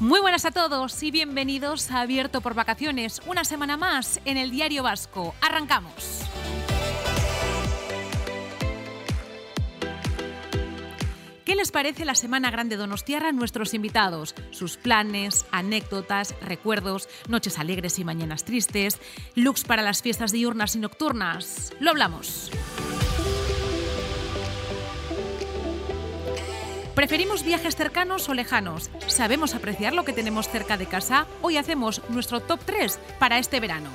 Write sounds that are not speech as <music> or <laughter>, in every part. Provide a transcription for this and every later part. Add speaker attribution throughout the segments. Speaker 1: buenas a todos y bienvenidos a Abierto por Vacaciones, una semana más en el Diario Vasco. Arrancamos. ¿Qué les parece la Semana Grande Donostiarra a nuestros invitados? Sus planes, anécdotas, recuerdos, noches alegres y mañanas tristes, looks para las fiestas diurnas y nocturnas. Lo hablamos. ¿Preferimos viajes cercanos o lejanos? ¿Sabemos apreciar lo que tenemos cerca de casa? Hoy hacemos nuestro top 3 para este verano.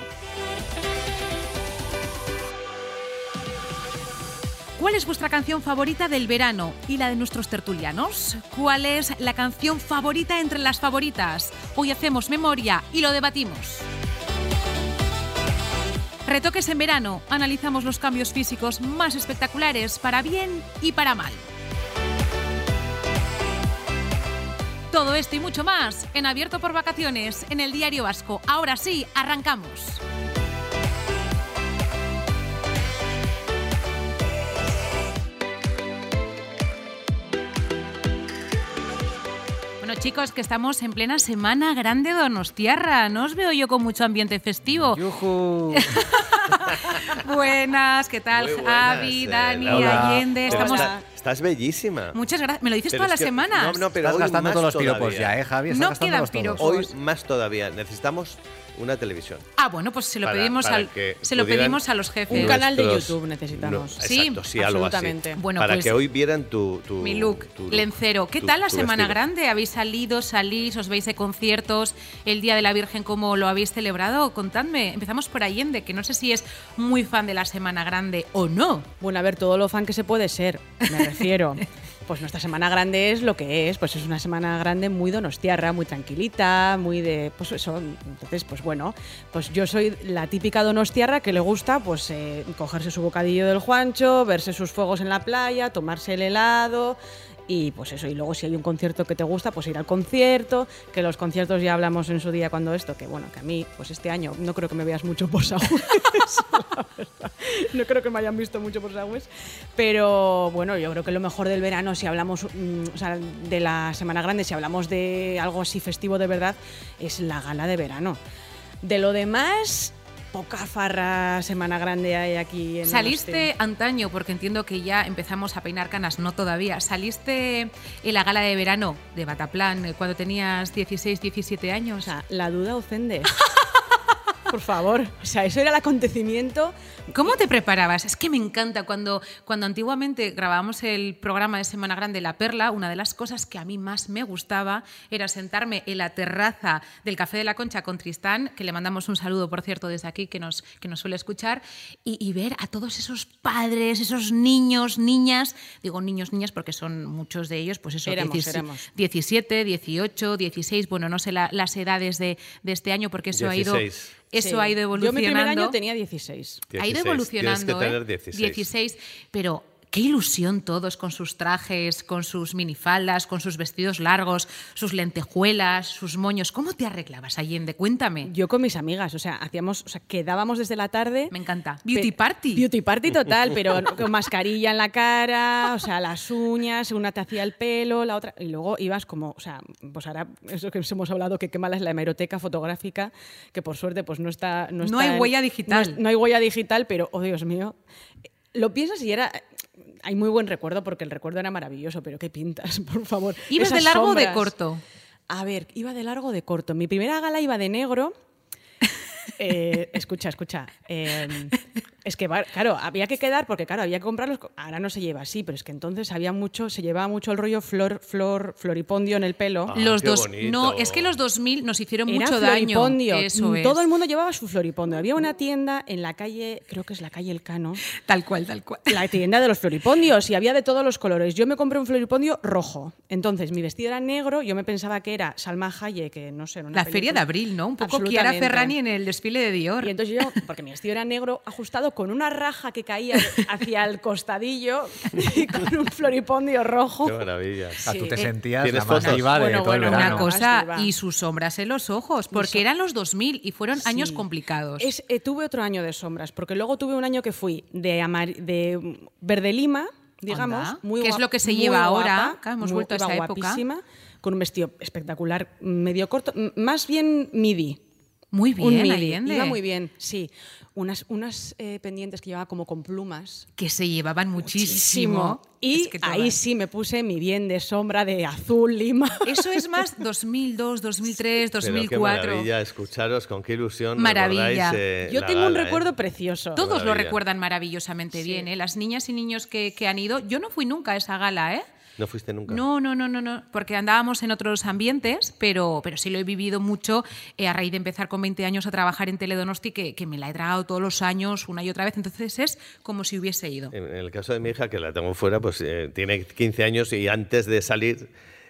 Speaker 1: ¿Cuál es vuestra canción favorita del verano y la de nuestros tertulianos? ¿Cuál es la canción favorita entre las favoritas? Hoy hacemos memoria y lo debatimos. Retoques en verano. Analizamos los cambios físicos más espectaculares para bien y para mal. Todo esto y mucho más en Abierto por Vacaciones en el Diario Vasco. Ahora sí, arrancamos. Bueno, chicos, que estamos en plena semana grande Donostiarra. No os veo yo con mucho ambiente festivo. <laughs>
Speaker 2: ¡Yujú!
Speaker 1: Buenas, ¿qué tal?
Speaker 3: Muy buenas,
Speaker 1: Javi,
Speaker 3: eh,
Speaker 1: Dani,
Speaker 3: Laura.
Speaker 1: Allende.
Speaker 3: Pero
Speaker 1: Estamos.
Speaker 3: está- estás bellísima.
Speaker 1: Muchas gracias. Me lo dices
Speaker 3: Pero
Speaker 1: todas las
Speaker 3: es que-
Speaker 1: semanas.
Speaker 3: No, no, pero
Speaker 2: Estás
Speaker 3: hoy
Speaker 2: gastando
Speaker 3: más
Speaker 2: todos los piropos
Speaker 3: todavía.
Speaker 2: ya, ¿eh, Javi? Estás
Speaker 1: No
Speaker 2: gastándolos
Speaker 1: quedan
Speaker 2: todos.
Speaker 1: piropos.
Speaker 3: Hoy más todavía. Necesitamos una televisión.
Speaker 1: Ah, bueno, pues se lo
Speaker 3: Para-
Speaker 1: pedimos
Speaker 3: para
Speaker 1: al,
Speaker 3: que
Speaker 1: se lo
Speaker 3: pudieran-
Speaker 1: pedimos a los jefes.
Speaker 3: Nuestros-
Speaker 4: Un canal de YouTube necesitamos.
Speaker 1: Sí,
Speaker 3: exacto, sí, algo así.
Speaker 4: absolutamente.
Speaker 1: Bueno,
Speaker 3: para
Speaker 1: pues-
Speaker 3: que hoy vieran tu, tu-
Speaker 1: Mi look,
Speaker 3: tu
Speaker 1: lencero. ¿Qué
Speaker 3: tu-
Speaker 1: tal la
Speaker 3: tu
Speaker 1: Semana
Speaker 3: vestido.
Speaker 1: Grande? ¿Habéis salido, salís, os veis de conciertos? ¿El Día de la Virgen cómo lo habéis celebrado? Contadme. Empezamos por Allende, que no sé si es muy fan de la Semana Grande o no.
Speaker 4: Bueno, a ver, todo lo fan que se puede ser, me refiero. Pues nuestra semana grande es lo que es, pues es una semana grande muy donostiarra, muy tranquilita, muy de, pues eso, entonces, pues bueno, pues yo soy la típica donostiarra que le gusta, pues eh, cogerse su bocadillo del Juancho, verse sus fuegos en la playa, tomarse el helado y pues eso, y luego si hay un concierto que te gusta, pues ir al concierto, que los conciertos ya hablamos en su día cuando esto, que bueno, que a mí, pues este año no creo que me veas mucho por Saúl. <laughs> no creo que me hayan visto mucho por Sagües, pero bueno, yo creo que lo mejor del verano, si hablamos mm, o sea, de la Semana Grande, si hablamos de algo así festivo de verdad, es la gala de verano. De lo demás, poca farra Semana Grande hay aquí en
Speaker 1: Saliste
Speaker 4: Donosti.
Speaker 1: antaño, porque entiendo que ya empezamos a peinar canas, no todavía. Saliste en la gala de verano de Bataplan eh, cuando tenías 16, 17
Speaker 4: O
Speaker 1: años.
Speaker 4: sea, la
Speaker 1: <laughs>
Speaker 4: duda ofende. Por favor, o sea, eso era el acontecimiento
Speaker 1: ¿Cómo te preparabas? Es que me encanta cuando, cuando antiguamente grabábamos el programa de Semana Grande La Perla, una de las cosas que a mí más me gustaba era sentarme en la terraza del Café de la Concha con Tristán, que le mandamos un saludo, por cierto, desde aquí, que nos, que nos suele escuchar, y, y ver a todos esos padres, esos niños, niñas, digo niños, niñas, porque son muchos de ellos, pues eso,
Speaker 4: Éramos,
Speaker 1: 17,
Speaker 4: éramos.
Speaker 1: 17, 18, 16, bueno, no sé la- las edades de, de este año, porque eso ha ido...
Speaker 3: 16.
Speaker 1: Eso
Speaker 4: Sí.
Speaker 1: ha ido
Speaker 4: Yo
Speaker 1: evolucionando
Speaker 4: mi primer año tenía 16.
Speaker 1: ha ido
Speaker 3: 16,
Speaker 1: evolucionando.
Speaker 3: Tienes que tener
Speaker 1: ¿eh?
Speaker 3: 16.
Speaker 1: 16, pero qué ilusión todos con sus trajes, con sus minifaldas, con sus vestidos largos, sus lentejuelas, sus moños. ¿Cómo te arreglabas, Allende? Cuéntame.
Speaker 4: Yo con mis amigas, o sea, hacíamos, o sea, quedábamos desde la tarde.
Speaker 1: Me encanta.
Speaker 4: Pe-
Speaker 1: Beauty party.
Speaker 4: Beauty party total, pero con mascarilla en la cara, o sea, las uñas, una te hacía el pelo, la otra. Y luego ibas como, o sea, pues ahora, eso que hemos hablado, que qué mala es la hemeroteca fotográfica, que por suerte, pues no está. No,
Speaker 1: No
Speaker 4: está
Speaker 1: hay
Speaker 4: en-
Speaker 1: huella digital.
Speaker 4: no es- No, hay huella digital, pero, oh Dios mío. Lo piensas y era. Hay muy buen recuerdo porque el recuerdo era maravilloso, pero qué pintas, <laughs> por favor.
Speaker 1: ¿Ibas
Speaker 4: Esas
Speaker 1: de largo o de
Speaker 4: sombras.
Speaker 1: corto?
Speaker 4: A ver, iba de largo o de corto. Mi primera gala iba
Speaker 1: <laughs>
Speaker 4: de negro. Eh, escucha, escucha. Eh, es que, va- claro, había que quedar porque, claro, había que comprarlos. Ahora no se lleva así, pero es que entonces había mucho, se llevaba mucho el rollo flor, flor, floripondio en el pelo.
Speaker 3: Ah,
Speaker 1: los
Speaker 3: qué
Speaker 1: dos.
Speaker 3: bonito.
Speaker 1: No, es que los 2000 nos hicieron
Speaker 4: Era
Speaker 1: mucho daño.
Speaker 4: floripondio. mm,
Speaker 1: Eso es.
Speaker 4: Todo el mundo llevaba su floripondio. Había una tienda en la calle, creo que es la calle Elcano,
Speaker 1: Tal cual, tal cual.
Speaker 4: la tienda de los floripondios y había de todos los colores. Yo me compré un floripondio rojo. Entonces, mi vestido era negro, yo me pensaba que era Salma Hayek, que no sé, en una
Speaker 1: La feria de
Speaker 4: película.
Speaker 1: abril, ¿no? Un poco Chiara
Speaker 4: Absolutamente.
Speaker 1: Ferrani en el desfile de Dior.
Speaker 4: Y entonces yo, porque mi vestido era negro, ajustado con una raja que caía hacia el costadillo <laughs> y con un floripondio rojo.
Speaker 3: Qué maravilla.
Speaker 2: Ah, tú te
Speaker 4: Sí, eh,
Speaker 2: sentías la
Speaker 3: ¿tienes
Speaker 2: más
Speaker 3: fotos?
Speaker 2: diva de
Speaker 4: Bueno,
Speaker 2: todo
Speaker 4: bueno,
Speaker 2: el
Speaker 4: una
Speaker 2: verano.
Speaker 1: Una cosa,
Speaker 4: Astiva.
Speaker 1: y sus sombras en los ojos, porque eran los 2000 y fueron años
Speaker 4: Sí.
Speaker 1: complicados.
Speaker 4: Es- eh, tuve otro año de sombras, porque luego tuve un año que fui de, amar- de mm, verde lima digamos.
Speaker 1: Anda.
Speaker 4: Muy
Speaker 1: Que es
Speaker 4: guap-
Speaker 1: lo que se
Speaker 4: muy
Speaker 1: lleva ahora,
Speaker 4: guapa,
Speaker 1: claro, hemos
Speaker 4: muy-
Speaker 1: vuelto a
Speaker 4: iba
Speaker 1: esa época.
Speaker 4: guapísima, Con un vestido espectacular, medio corto, m- más bien midi.
Speaker 1: Muy
Speaker 4: un
Speaker 1: bien,
Speaker 4: midi.
Speaker 1: Allende.
Speaker 4: Iba muy bien, sí. Unas, unas eh, pendientes que llevaba como con plumas.
Speaker 1: Que se llevaban muchísimo.
Speaker 4: Y
Speaker 1: Es que
Speaker 4: ahí
Speaker 1: todas.
Speaker 4: sí me puse mi bien de sombra de azul
Speaker 1: <laughs>
Speaker 4: lima.
Speaker 1: Eso es más 2002, 2003,
Speaker 3: Pero qué
Speaker 1: 2004.
Speaker 3: maravilla escucharos, con qué ilusión.
Speaker 1: Maravilla.
Speaker 3: recordáis, eh,
Speaker 4: Yo
Speaker 3: la
Speaker 4: tengo un
Speaker 3: gala, ¿eh?
Speaker 4: recuerdo precioso.
Speaker 3: Todo-
Speaker 1: Todos lo
Speaker 3: Maravilla.
Speaker 1: recuerdan maravillosamente bien, ¿eh? Las niñas y niños que, que han ido. Yo no fui nunca a esa gala, ¿eh?
Speaker 3: No fuiste nunca.
Speaker 1: No, no, no, no, no, porque andábamos en otros ambientes, pero, pero sí lo he vivido mucho eh, a raíz de empezar con 20 años a trabajar en Teledonosti, que, que me la he tragado todos los años una y otra vez, entonces es como si hubiese ido.
Speaker 3: En, en el caso de mi hija, que la tengo fuera, pues eh, tiene 15 años y antes de salir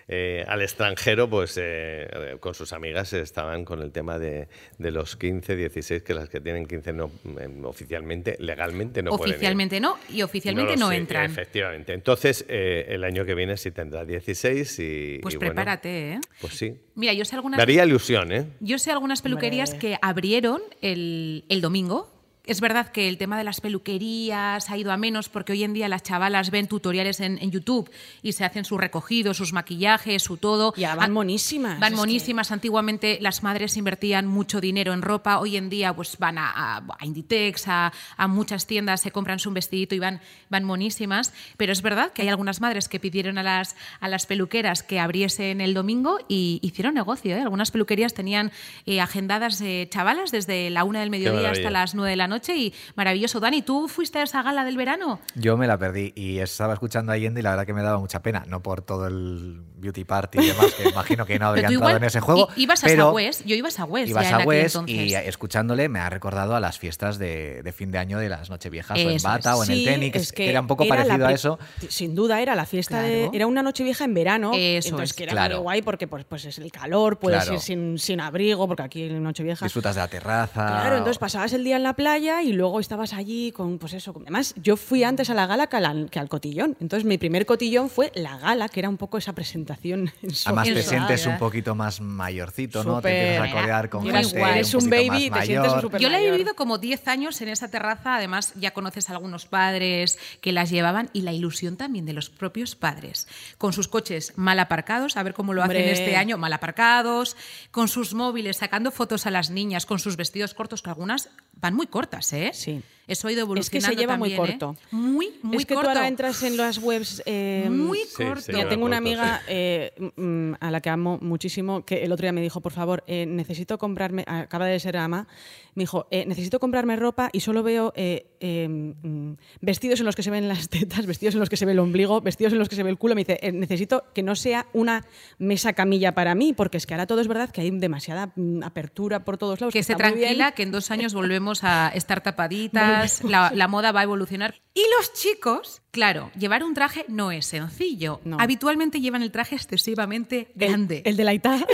Speaker 3: eh, al extranjero, pues eh, con sus amigas estaban con el tema de, de los 15, 16, que las que tienen 15 no, em, oficialmente, legalmente no pueden ir.
Speaker 1: oficialmente no y oficialmente
Speaker 3: lo
Speaker 1: no,
Speaker 3: sé,
Speaker 1: entran. Pues
Speaker 3: Efectivamente. Entonces, eh, el año que viene sí tendrá 16 y.
Speaker 1: Pues
Speaker 3: y bueno,
Speaker 1: prepárate, ¿eh?
Speaker 3: pues sí.
Speaker 1: Mira, yo sé algunas
Speaker 3: Daría ilusión, ¿eh?
Speaker 1: Yo sé algunas peluquerías que abrieron el, el domingo. Es verdad que el tema de las peluquerías ha ido a menos porque hoy en día las chavalas ven tutoriales en, en YouTube y se hacen sus recogidos, sus maquillajes, su todo.
Speaker 4: Y ahora van
Speaker 1: Ah,
Speaker 4: monísimas.
Speaker 1: Van
Speaker 4: es que-
Speaker 1: monísimas. Antiguamente las madres invertían mucho dinero en ropa. Hoy en día pues van a, a- a Inditex, a, a muchas tiendas, se compran su vestidito y van, van monísimas. Pero es verdad que hay algunas madres que pidieron a las, a las peluqueras que abriesen el domingo y hicieron negocio. ¿eh? Algunas peluquerías tenían eh, agendadas eh, chavalas desde la una del mediodía
Speaker 3: maravilla.
Speaker 1: hasta las nueve de la noche y maravilloso. Dani, ¿tú fuiste a esa gala del verano?
Speaker 2: Yo me la perdí y estaba escuchando a Allende y la verdad que me daba mucha pena, no por todo el beauty party y demás,
Speaker 1: <laughs>
Speaker 2: que imagino que no habría
Speaker 1: tú
Speaker 2: entrado en ese juego.
Speaker 1: i- ibas a
Speaker 2: pero
Speaker 1: Sagüez. Yo iba a Sagüez
Speaker 2: ibas
Speaker 1: ya en
Speaker 2: a
Speaker 1: aquel
Speaker 2: Wes
Speaker 1: entonces.
Speaker 2: y escuchándole me ha recordado a las fiestas de, de fin de año de las Nocheviejas o en
Speaker 1: Eso
Speaker 2: bata
Speaker 1: es.
Speaker 2: o en
Speaker 4: Sí,
Speaker 2: Ah, el tenis, que
Speaker 4: es
Speaker 2: es- que era un poco
Speaker 4: la
Speaker 2: parecido a
Speaker 4: pri-
Speaker 2: eso.
Speaker 4: Sin duda, era la fiesta de-
Speaker 1: Claro.
Speaker 4: Era una noche vieja en verano.
Speaker 1: Eso
Speaker 4: entonces
Speaker 1: es,
Speaker 4: que era
Speaker 2: claro.
Speaker 4: muy guay porque pues, pues es el calor, puedes
Speaker 2: Claro.
Speaker 4: ir sin, sin abrigo, porque aquí en noche vieja...
Speaker 2: Disfrutas de la terraza.
Speaker 4: Claro, entonces pasabas el día en la playa y luego estabas allí con, pues eso. con- Además, yo fui antes a la gala que al, que al cotillón. Entonces, mi primer cotillón fue la gala, que era un poco esa presentación. en su-
Speaker 2: Además
Speaker 1: en
Speaker 2: te
Speaker 1: su
Speaker 2: sientes
Speaker 1: edad.
Speaker 2: un poquito más mayorcito, ¿no?
Speaker 4: Súper.
Speaker 2: Te empiezas a codear con
Speaker 1: Muy
Speaker 2: gente
Speaker 1: guay.
Speaker 2: un
Speaker 1: Eres
Speaker 4: un
Speaker 2: poquito
Speaker 4: baby
Speaker 2: más
Speaker 4: y te sientes un
Speaker 2: mayor.
Speaker 4: súper-
Speaker 1: Yo la he
Speaker 4: mayor.
Speaker 1: vivido como 10 años en esa terraza, además ya conoces a algunos padres que las llevaban y la ilusión también de los propios padres, con sus coches mal aparcados, a ver cómo lo hacen
Speaker 4: Hombre.
Speaker 1: este año, mal aparcados, con sus móviles sacando fotos a las niñas, con sus vestidos cortos, que algunas van muy cortas, ¿eh?
Speaker 4: Sí.
Speaker 1: Eso ha ido
Speaker 4: Es que
Speaker 1: evolucionando
Speaker 4: se lleva muy
Speaker 1: también, ¿eh?
Speaker 4: corto.
Speaker 1: Muy, muy
Speaker 4: es que
Speaker 1: corto.
Speaker 4: tú ahora entras en las webs... eh,
Speaker 1: muy
Speaker 3: Sí,
Speaker 1: corto.
Speaker 3: se
Speaker 4: Mira,
Speaker 3: lleva
Speaker 4: tengo una
Speaker 3: corto,
Speaker 4: amiga
Speaker 3: sí.
Speaker 4: eh, mm, a la que amo muchísimo, que el otro día me dijo, por favor, eh, necesito comprarme, acaba de ser ama, me dijo, eh, necesito comprarme ropa y solo veo eh, eh, mm, vestidos en los que se ven las tetas, vestidos en los que se ve el ombligo, vestidos en los que se ve el culo. Me dice, "Eh, necesito que no sea una mesa camilla para mí, porque es que ahora todo es verdad que hay demasiada mm, apertura por todos lados.
Speaker 1: que esté
Speaker 4: Pues está muy bien".
Speaker 1: tranquila, que en dos años volvemos a estar tapaditas, la, la moda va a evolucionar. Y los chicos, claro, llevar un traje no es sencillo.
Speaker 4: No.
Speaker 1: Habitualmente llevan el traje excesivamente grande.
Speaker 4: El, el de la ITA.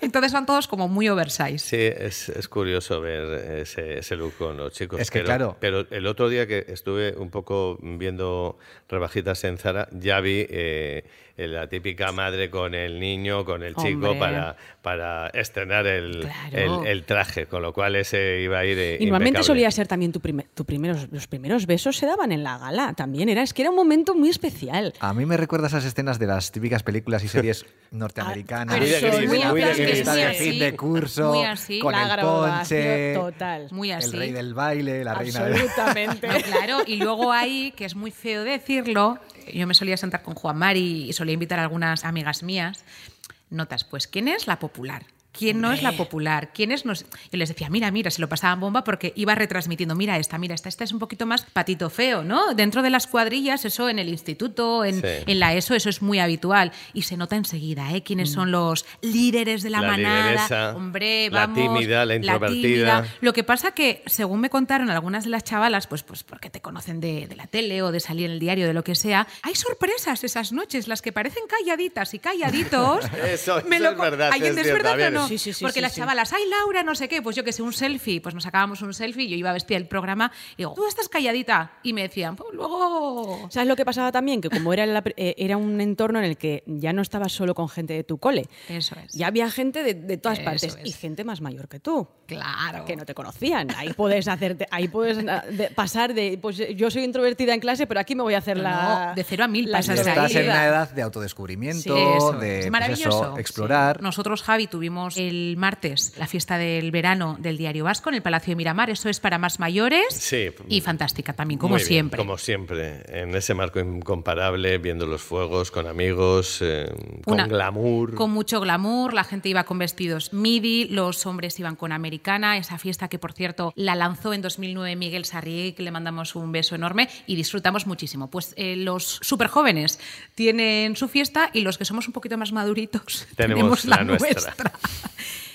Speaker 1: Entonces van todos como muy oversize.
Speaker 3: Sí, es, es curioso ver ese, ese look con los chicos.
Speaker 2: Es que
Speaker 3: pero,
Speaker 2: claro.
Speaker 3: Pero el otro día que estuve un poco viendo rebajitas en Zara, ya vi eh, la típica madre con el niño, con el chico,
Speaker 4: Hombre.
Speaker 3: para, para estrenar el,
Speaker 1: Claro.
Speaker 3: el- el traje, con lo cual ese iba a ir. eh,
Speaker 4: <laughs> Y normalmente
Speaker 3: impecable.
Speaker 4: solía ser también tu primer- tu primeros, los primeros besos se daban en la gala también. Era, es que era un momento muy especial.
Speaker 2: A mí me recuerda esas escenas de las típicas películas
Speaker 1: <laughs>
Speaker 2: y series norteamericanas.
Speaker 1: Ah, Pero Muy de eso, gris, muy muy de
Speaker 2: la
Speaker 1: gris, gris.
Speaker 2: fiesta de
Speaker 1: muy así,
Speaker 2: fin de curso,
Speaker 1: muy así.
Speaker 2: con
Speaker 4: la
Speaker 2: el
Speaker 4: graduación
Speaker 2: ponche,
Speaker 4: total.
Speaker 1: Muy así.
Speaker 2: el rey del baile, la reina del... <laughs>
Speaker 4: Absolutamente.
Speaker 1: No, Ah, claro, y luego ahí, que es muy feo decirlo, yo me solía sentar con Juan Mari y solía invitar a algunas amigas mías. Notas, pues, ¿quién es la popular? ¿Quién no es la popular? ¿Quién es no sé? Yo les decía, mira, mira, se lo pasaban bomba porque iba retransmitiendo, mira esta, mira esta, esta es un poquito más patito feo, ¿no? Dentro de las cuadrillas, eso en el instituto, en,
Speaker 3: Sí.
Speaker 1: en la ESO, eso es muy habitual. Y se nota enseguida, ¿eh? ¿Quiénes son los líderes de la,
Speaker 3: La
Speaker 1: manada?
Speaker 3: lideresa,
Speaker 1: Hombre,
Speaker 3: la
Speaker 1: vamos.
Speaker 3: tímida, la introvertida.
Speaker 1: Lo que pasa que, según me contaron algunas de las chavalas, pues, pues porque te conocen de, de la tele o de salir en el diario, de lo que sea, hay sorpresas esas noches, las que parecen calladitas y calladitos.
Speaker 3: Eso- eso es
Speaker 1: co-
Speaker 3: verdad,
Speaker 1: Allende,
Speaker 3: es
Speaker 1: ¿es
Speaker 3: cierto,
Speaker 1: verdad
Speaker 3: había
Speaker 1: o no? claro,
Speaker 4: Sí, sí, sí,
Speaker 1: porque
Speaker 4: sí,
Speaker 1: las
Speaker 4: sí.
Speaker 1: chavalas, ay Laura, no sé qué, pues yo que sé, un selfie, pues nos sacábamos un selfie, yo iba vestida el programa, y digo, tú estás calladita, y me decían, pues luego...
Speaker 4: ¿Sabes lo que pasaba también? Que como era, la pr- eh, era un entorno en el que ya no estabas solo con gente de tu cole,
Speaker 1: Eso es.
Speaker 4: ya había gente de, de todas
Speaker 1: Eso
Speaker 4: partes
Speaker 1: es.
Speaker 4: y gente más mayor que tú.
Speaker 1: Claro.
Speaker 4: que no te conocían. Ahí puedes hacerte, ahí puedes na- de- pasar de, pues yo soy introvertida en clase, pero aquí me voy a hacer
Speaker 1: No,
Speaker 4: la
Speaker 1: no, de cero a mil
Speaker 4: la
Speaker 1: pasas
Speaker 4: extrovertida.
Speaker 2: Estás en una
Speaker 1: vida.
Speaker 2: edad de
Speaker 1: Sí,
Speaker 2: autodescubrimiento,
Speaker 1: eso
Speaker 2: de
Speaker 1: es.
Speaker 2: pues
Speaker 1: maravilloso.
Speaker 2: eso, explorar.
Speaker 1: Sí. Nosotros, Javi, tuvimos el martes la fiesta del verano del Diario Vasco en el Palacio de Miramar. Eso es para más mayores
Speaker 3: Sí.
Speaker 1: y fantástica también, como
Speaker 3: Muy bien,
Speaker 1: siempre.
Speaker 3: como siempre, en ese marco incomparable, viendo los fuegos, con amigos, eh,
Speaker 1: Una-
Speaker 3: con glamour.
Speaker 1: Con mucho glamour, la gente iba con vestidos midi, los hombres iban con americana, esa fiesta que, por cierto, la lanzó en 2009 Miguel Sarrié, que le mandamos un beso enorme y disfrutamos muchísimo. Pues eh, los súper jóvenes tienen su fiesta y los que somos un poquito más maduritos tenemos,
Speaker 3: Tenemos
Speaker 1: la,
Speaker 3: la nuestra.
Speaker 1: nuestra.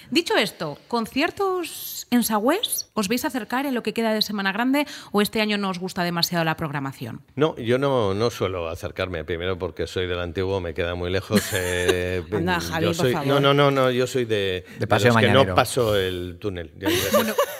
Speaker 1: Dicho esto, ¿conciertos en Sagüés? ¿Os vais a acercar en lo que queda de Semana Grande o este año no os gusta demasiado la programación?
Speaker 3: No, yo no, no suelo acercarme, primero porque soy del antiguo, me queda
Speaker 1: <laughs>
Speaker 3: muy lejos. eh,
Speaker 4: Anda,
Speaker 3: yo
Speaker 4: Javi, por
Speaker 3: soy-
Speaker 4: favor.
Speaker 3: No, no, no, no, yo soy de,
Speaker 2: paseo
Speaker 3: los que
Speaker 2: mañanero.
Speaker 3: no paso el túnel. Yo digo,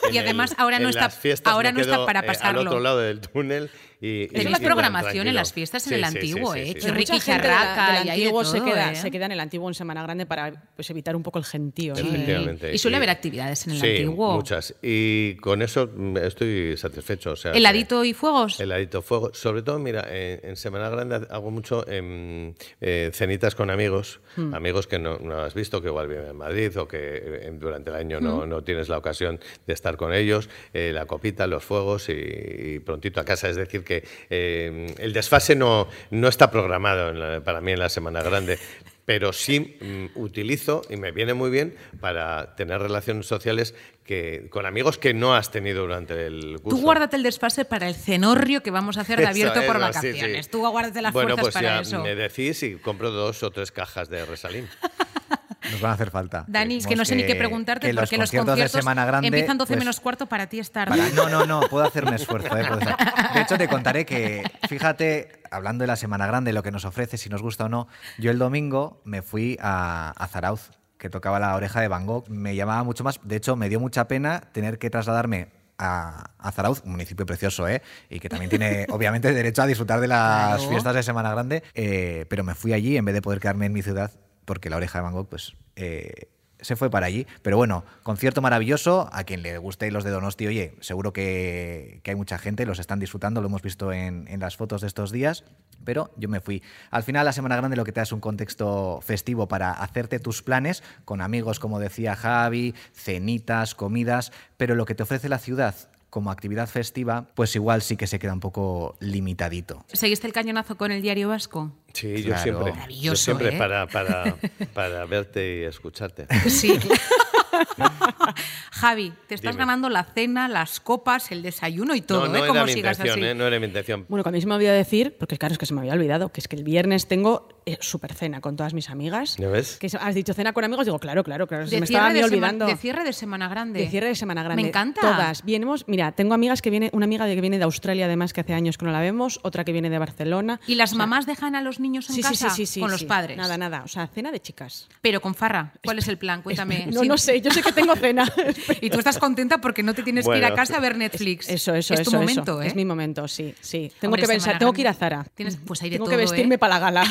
Speaker 3: en
Speaker 1: y además ahora
Speaker 3: en
Speaker 1: no está-
Speaker 3: las fiestas
Speaker 1: ahora
Speaker 3: me
Speaker 1: no está
Speaker 3: quedo,
Speaker 1: para
Speaker 3: eh,
Speaker 1: pasarlo.
Speaker 3: al otro lado del túnel. Y, y-
Speaker 1: Tenéis
Speaker 3: y bueno,
Speaker 1: programación en
Speaker 3: tranquilo.
Speaker 1: las fiestas en el antiguo, eh,
Speaker 4: Pero
Speaker 1: Ricky
Speaker 4: mucha gente de la-
Speaker 1: Jarraca
Speaker 4: del
Speaker 1: y hay de
Speaker 4: antiguo se
Speaker 1: todo,
Speaker 4: queda,
Speaker 1: ¿eh?
Speaker 4: se queda en el antiguo en Semana Grande para pues, evitar un poco el gentío. ¿no?
Speaker 3: Sí. Efectivamente.
Speaker 1: Y suele
Speaker 3: Y-
Speaker 1: haber actividades en el
Speaker 3: sí,
Speaker 1: antiguo.
Speaker 3: muchas. Y con eso mm, estoy satisfecho. O sea, que-
Speaker 1: ¿Heladito y fuegos?
Speaker 3: Heladito fuego. Sobre todo, mira, en, en Semana Grande hago mucho em, eh, cenitas con amigos,
Speaker 1: Hmm.
Speaker 3: amigos que no, no has visto, que igual viven en Madrid o que eh, durante el año no,
Speaker 1: Hmm.
Speaker 3: no tienes la ocasión de estar con ellos, eh, la copita, los fuegos y, y prontito a casa. Es decir, que em, el desfase no, no está programado en la- para mí en la Semana Grande. Pero sí mm, utilizo y me viene muy bien para tener relaciones sociales que, con amigos que no has tenido durante el curso.
Speaker 1: Tú guárdate el desfase para el cenorrio que vamos a hacer de
Speaker 3: Eso
Speaker 1: abierto
Speaker 3: es,
Speaker 1: por
Speaker 3: va, sí,
Speaker 1: vacaciones.
Speaker 3: sí.
Speaker 1: Tú guárdate las
Speaker 3: bueno,
Speaker 1: fuerzas
Speaker 3: pues
Speaker 1: para
Speaker 3: ya
Speaker 1: eso.
Speaker 3: Me decís y compro dos o tres cajas de Resalín.
Speaker 2: Nos van a hacer falta.
Speaker 1: Dani, es que
Speaker 2: Tenemos
Speaker 1: no sé ni qué preguntarte
Speaker 2: que
Speaker 1: porque los conciertos,
Speaker 2: de Semana Grande
Speaker 1: empiezan 12
Speaker 2: pues,
Speaker 1: menos cuarto para ti es tarde.
Speaker 2: para- no,
Speaker 1: <laughs>
Speaker 2: no, no, puedo hacer un esfuerzo. eh, puedo hacer- De hecho, te contaré que, fíjate, hablando de la Semana Grande, lo que nos ofrece, si nos gusta o no, yo el domingo me fui a, a Zarauz, que tocaba la oreja de Van Gogh. Me llamaba mucho más, de hecho, me dio mucha pena tener que trasladarme a, a Zarauz, un municipio precioso, ¿eh? y que
Speaker 1: <laughs>
Speaker 2: también tiene, obviamente, derecho a disfrutar de las
Speaker 1: Claro.
Speaker 2: fiestas de Semana Grande, eh, pero me fui allí en vez de poder quedarme en mi ciudad, porque la oreja de Van Gogh, pues... eh, se fue para allí. Pero bueno, concierto maravilloso. A quien le guste los de Donosti, oye, seguro que, que hay mucha gente, los están disfrutando, lo hemos visto en, en las fotos de estos días. Pero yo me fui. Al final, la Semana Grande lo que te da es un contexto festivo para hacerte tus planes con amigos, como decía Javi, cenitas, comidas. Pero lo que te ofrece la ciudad como actividad festiva, pues igual sí que se queda un poco limitadito.
Speaker 1: ¿Seguiste el cañonazo con el diario vasco?
Speaker 2: Claro.
Speaker 3: Sí, yo siempre.
Speaker 1: Maravilloso,
Speaker 3: Yo siempre
Speaker 1: ¿eh?
Speaker 3: para, para,
Speaker 1: <laughs>
Speaker 3: para verte y escucharte.
Speaker 1: Sí, <laughs> Javi, te estás
Speaker 3: Dime.
Speaker 1: ganando la cena, las copas, el desayuno y todo,
Speaker 3: no, no
Speaker 1: ¿eh?
Speaker 3: era
Speaker 1: Como
Speaker 3: mi
Speaker 1: sigas
Speaker 3: intención,
Speaker 1: así.
Speaker 3: ¿eh? No era mi intención.
Speaker 4: Bueno, que a mí se me olvidó decir, porque claro, es que se me había olvidado, que es que el viernes tengo super cena con todas mis amigas.
Speaker 3: ¿Ya ves?
Speaker 4: Que has dicho cena con amigos, digo, claro, claro, claro, se
Speaker 1: De
Speaker 4: me estaba a
Speaker 1: cierre
Speaker 4: mí
Speaker 1: de sema-
Speaker 4: olvidando.
Speaker 1: de cierre de Semana Grande.
Speaker 4: De cierre de Semana Grande.
Speaker 1: Me encanta.
Speaker 4: Todas. Vienemos, mira, tengo amigas que viene, una amiga que viene de Australia además que hace años que no la vemos, otra que viene de Barcelona.
Speaker 1: ¿Y las
Speaker 4: O sea,
Speaker 1: mamás dejan a los niños en
Speaker 4: sí, sí,
Speaker 1: casa
Speaker 4: sí, sí, sí,
Speaker 1: con
Speaker 4: sí.
Speaker 1: los padres?
Speaker 4: Nada, nada, o sea, cena de chicas.
Speaker 1: Pero con Farra, ¿cuál es el plan? Cuéntame.
Speaker 4: <laughs> No,
Speaker 1: Sí.
Speaker 4: no sé, yo sé que tengo cena.
Speaker 1: Y tú estás contenta porque no te tienes que ir a
Speaker 3: Bueno.
Speaker 1: casa a ver <laughs> Netflix.
Speaker 4: Eso, eso,
Speaker 1: es
Speaker 4: eso,
Speaker 1: tu
Speaker 4: eso.
Speaker 1: momento, ¿eh? <laughs>
Speaker 4: Es mi momento, sí, sí. Tengo
Speaker 1: Hombre,
Speaker 4: que pensar,
Speaker 1: Semana
Speaker 4: tengo que ir a
Speaker 1: Grande.
Speaker 4: Zara.
Speaker 1: Tienes- pues hay de
Speaker 4: tengo
Speaker 1: todo,
Speaker 4: que
Speaker 1: ¿eh?
Speaker 4: vestirme para la gala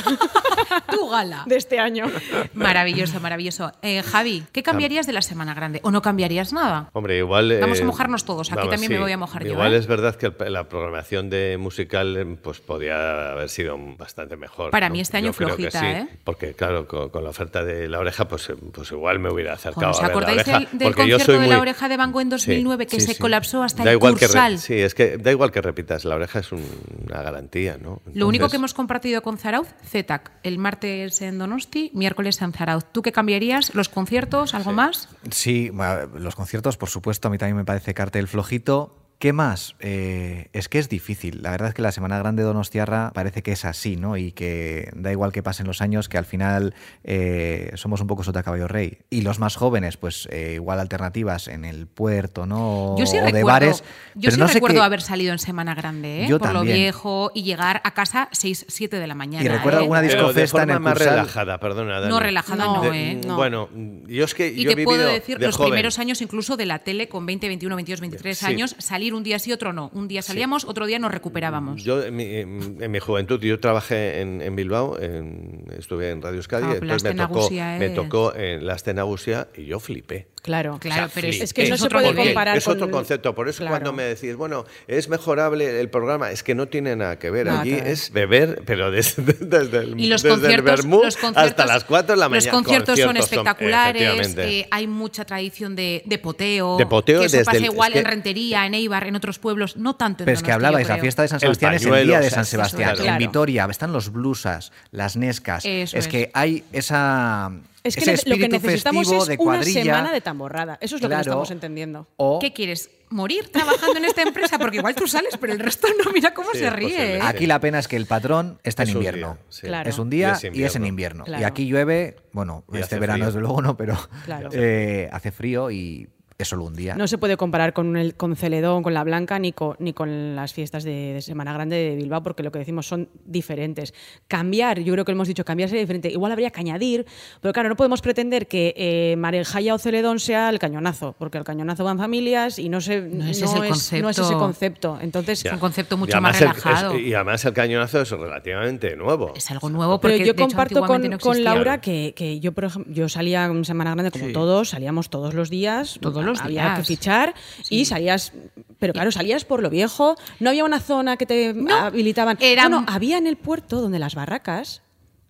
Speaker 1: <laughs> tu gala.
Speaker 4: de este año.
Speaker 1: Maravilloso, maravilloso. Eh, Javi, ¿qué cambiarías de la semana grande? ¿O no cambiarías nada?
Speaker 3: Hombre, igual. eh,
Speaker 1: Vamos a mojarnos todos. Aquí también me voy a mojar yo,
Speaker 3: Igual
Speaker 1: ¿eh?
Speaker 3: es verdad que el- la programación de musical eh, pues podía haber sido bastante mejor.
Speaker 1: Para
Speaker 3: ¿no?
Speaker 1: mí este año
Speaker 3: Yo creo que
Speaker 1: flojita,
Speaker 3: sí,
Speaker 1: ¿eh?
Speaker 3: Porque claro, con, con la oferta de la oreja, pues, eh, pues igual me hubiera acercado.
Speaker 1: ¿Os
Speaker 3: a ver la
Speaker 1: acordáis
Speaker 3: oreja,
Speaker 1: del, del
Speaker 3: porque yo
Speaker 1: concierto
Speaker 3: soy
Speaker 1: de la
Speaker 3: muy-
Speaker 1: oreja de Van Gogh en 2009 que
Speaker 3: sí,
Speaker 1: se
Speaker 3: sí.
Speaker 1: colapsó hasta
Speaker 3: Da
Speaker 1: el
Speaker 3: igual que re-
Speaker 1: Cursal?
Speaker 3: sí, es que da igual que repitas, la oreja es un- una garantía, ¿no?
Speaker 1: Lo único
Speaker 3: Entonces,
Speaker 1: que hemos compartido con Zarauz, ZETAC, el martes en Donosti, miércoles en Zarauz. ¿Tú qué cambiarías? ¿Los conciertos? ¿Algo más?
Speaker 2: Sí, ma- los conciertos, por supuesto, a mí también me parece cartel flojito. ¿Qué más? Eh, es que es difícil. La verdad es que la Semana Grande de Donostiarra parece que es así, ¿no? Y que da igual que pasen los años, que al final eh, somos un poco sota caballo rey. Y los más jóvenes, pues eh, igual alternativas en el puerto, ¿no?
Speaker 1: Yo sí
Speaker 2: o
Speaker 1: recuerdo,
Speaker 2: de bares.
Speaker 1: yo
Speaker 2: Pero
Speaker 1: sí
Speaker 2: no sé
Speaker 1: recuerdo
Speaker 2: qué-
Speaker 1: haber salido en Semana Grande, ¿eh?
Speaker 2: Yo
Speaker 1: por lo
Speaker 2: también.
Speaker 1: viejo, y llegar a casa 6, 7 de la mañana.
Speaker 2: Y recuerdo
Speaker 1: ¿eh?
Speaker 2: alguna
Speaker 3: Pero de
Speaker 2: discofesta en
Speaker 3: forma
Speaker 2: el
Speaker 3: más
Speaker 2: Cursal.
Speaker 3: relajada, perdona. Dani.
Speaker 1: No, relajada
Speaker 4: No,
Speaker 1: no,
Speaker 4: de-
Speaker 1: ¿eh?
Speaker 4: no.
Speaker 3: Bueno, yo es que
Speaker 1: Y
Speaker 3: yo he
Speaker 1: te
Speaker 3: vivido
Speaker 1: puedo decir,
Speaker 3: de
Speaker 1: los
Speaker 3: joven.
Speaker 1: primeros años incluso de la tele, con 20, 21, 22, 23
Speaker 3: Sí.
Speaker 1: años, salir un día sí, otro no. Un día salíamos, otro día nos recuperábamos.
Speaker 3: Yo, en, mi, en- en mi juventud, yo trabajé en, en Bilbao, en- estuve en Radio Euskadi,
Speaker 1: Ah, pero
Speaker 3: entonces me
Speaker 1: Asten
Speaker 3: tocó,
Speaker 1: Nagusia
Speaker 3: me
Speaker 1: es.
Speaker 3: tocó en la Asten Nagusia y yo flipé.
Speaker 4: Claro,
Speaker 1: <laughs> Claro,
Speaker 3: O sea,
Speaker 1: pero es-
Speaker 3: flipé.
Speaker 1: es que eso
Speaker 3: ¿Por
Speaker 1: se puede
Speaker 3: qué?
Speaker 4: comparar
Speaker 3: Es
Speaker 4: con-
Speaker 3: otro concepto. Por eso
Speaker 4: Claro.
Speaker 3: cuando me decís, bueno, es mejorable el programa, es que no tiene nada que ver.
Speaker 4: Nada
Speaker 3: Allí
Speaker 4: que ver.
Speaker 3: es beber, pero desde, <laughs> desde el,
Speaker 1: Y los
Speaker 3: desde el
Speaker 1: conciertos,
Speaker 3: vermú
Speaker 1: los conciertos-
Speaker 3: hasta las 4 de la mañana.
Speaker 1: Los conciertos, son espectaculares,
Speaker 3: efectivamente.
Speaker 1: eh, hay mucha tradición de, de poteo.
Speaker 3: De poteo
Speaker 1: que eso
Speaker 3: desde
Speaker 1: pasa
Speaker 3: el-
Speaker 1: igual
Speaker 3: es que-
Speaker 1: en Rentería, en Eibar, en otros pueblos, no tanto en
Speaker 2: Pero es que
Speaker 1: Donostia,
Speaker 2: hablabais,
Speaker 1: yo
Speaker 2: la
Speaker 1: creo.
Speaker 2: fiesta de San
Speaker 3: El
Speaker 2: Sebastián es el
Speaker 3: pañuelo,
Speaker 2: día
Speaker 3: o
Speaker 2: de
Speaker 3: sea,
Speaker 2: San
Speaker 3: eso es,
Speaker 2: Sebastián.
Speaker 3: claro.
Speaker 2: En
Speaker 4: Claro.
Speaker 2: Vitoria están los blusas, las nescas.
Speaker 1: Eso
Speaker 2: es,
Speaker 1: es.
Speaker 2: que hay esa,
Speaker 4: Es que
Speaker 2: ese
Speaker 4: ne- lo que
Speaker 2: espíritu
Speaker 4: necesitamos
Speaker 2: festivo
Speaker 4: es
Speaker 2: de
Speaker 4: una
Speaker 2: cuadrilla.
Speaker 4: semana de tamborrada. Eso es lo que no
Speaker 2: Claro.
Speaker 4: estamos entendiendo.
Speaker 2: O
Speaker 1: ¿Qué quieres? ¿Morir trabajando en esta empresa? Porque igual tú sales, pero el resto no. Mira cómo
Speaker 3: Sí,
Speaker 1: se
Speaker 3: es
Speaker 1: ríe.
Speaker 3: posible.
Speaker 1: ¿eh?
Speaker 3: Ah,
Speaker 2: aquí la pena es que el patrón está en
Speaker 3: Es un día,
Speaker 2: invierno.
Speaker 3: sí.
Speaker 4: Claro.
Speaker 2: Es un día y es, en
Speaker 3: invierno.
Speaker 2: invierno. Y
Speaker 4: Claro.
Speaker 2: aquí llueve, bueno,
Speaker 3: Y
Speaker 2: este
Speaker 3: hace
Speaker 2: verano
Speaker 3: frío.
Speaker 2: desde luego no, pero
Speaker 4: Claro.
Speaker 2: eh, hace frío y es solo un día.
Speaker 4: No se puede comparar con, el, con Celedón, con La Blanca, ni con, ni con las fiestas de, de Semana Grande de Bilbao, porque lo que decimos son diferentes. Cambiar, yo creo que lo hemos dicho, cambiar sería diferente. Igual habría que añadir, pero claro, no podemos pretender que eh, Marejaya o Celedón sea el cañonazo, porque el cañonazo va en familias y no, se,
Speaker 1: No es ese el
Speaker 4: no es ese
Speaker 1: concepto.
Speaker 4: concepto. Entonces,
Speaker 1: Es
Speaker 3: Ya.
Speaker 1: un concepto
Speaker 3: Y
Speaker 1: mucho más
Speaker 3: además el- es-
Speaker 1: relajado.
Speaker 3: y además el cañonazo es relativamente nuevo.
Speaker 1: Es algo nuevo porque
Speaker 4: pero yo
Speaker 1: de hecho,
Speaker 4: comparto con,
Speaker 1: antiguamente no
Speaker 4: con
Speaker 1: existía.
Speaker 4: Laura que, que yo, por ejemplo, yo salía en Semana Grande como todos, salíamos todos los días,
Speaker 1: Todos los
Speaker 4: había
Speaker 1: días.
Speaker 4: que fichar y salías, pero claro, salías por lo viejo, no había una zona que te habilitaban.
Speaker 1: era-
Speaker 4: No, no, había en el puerto donde las barracas,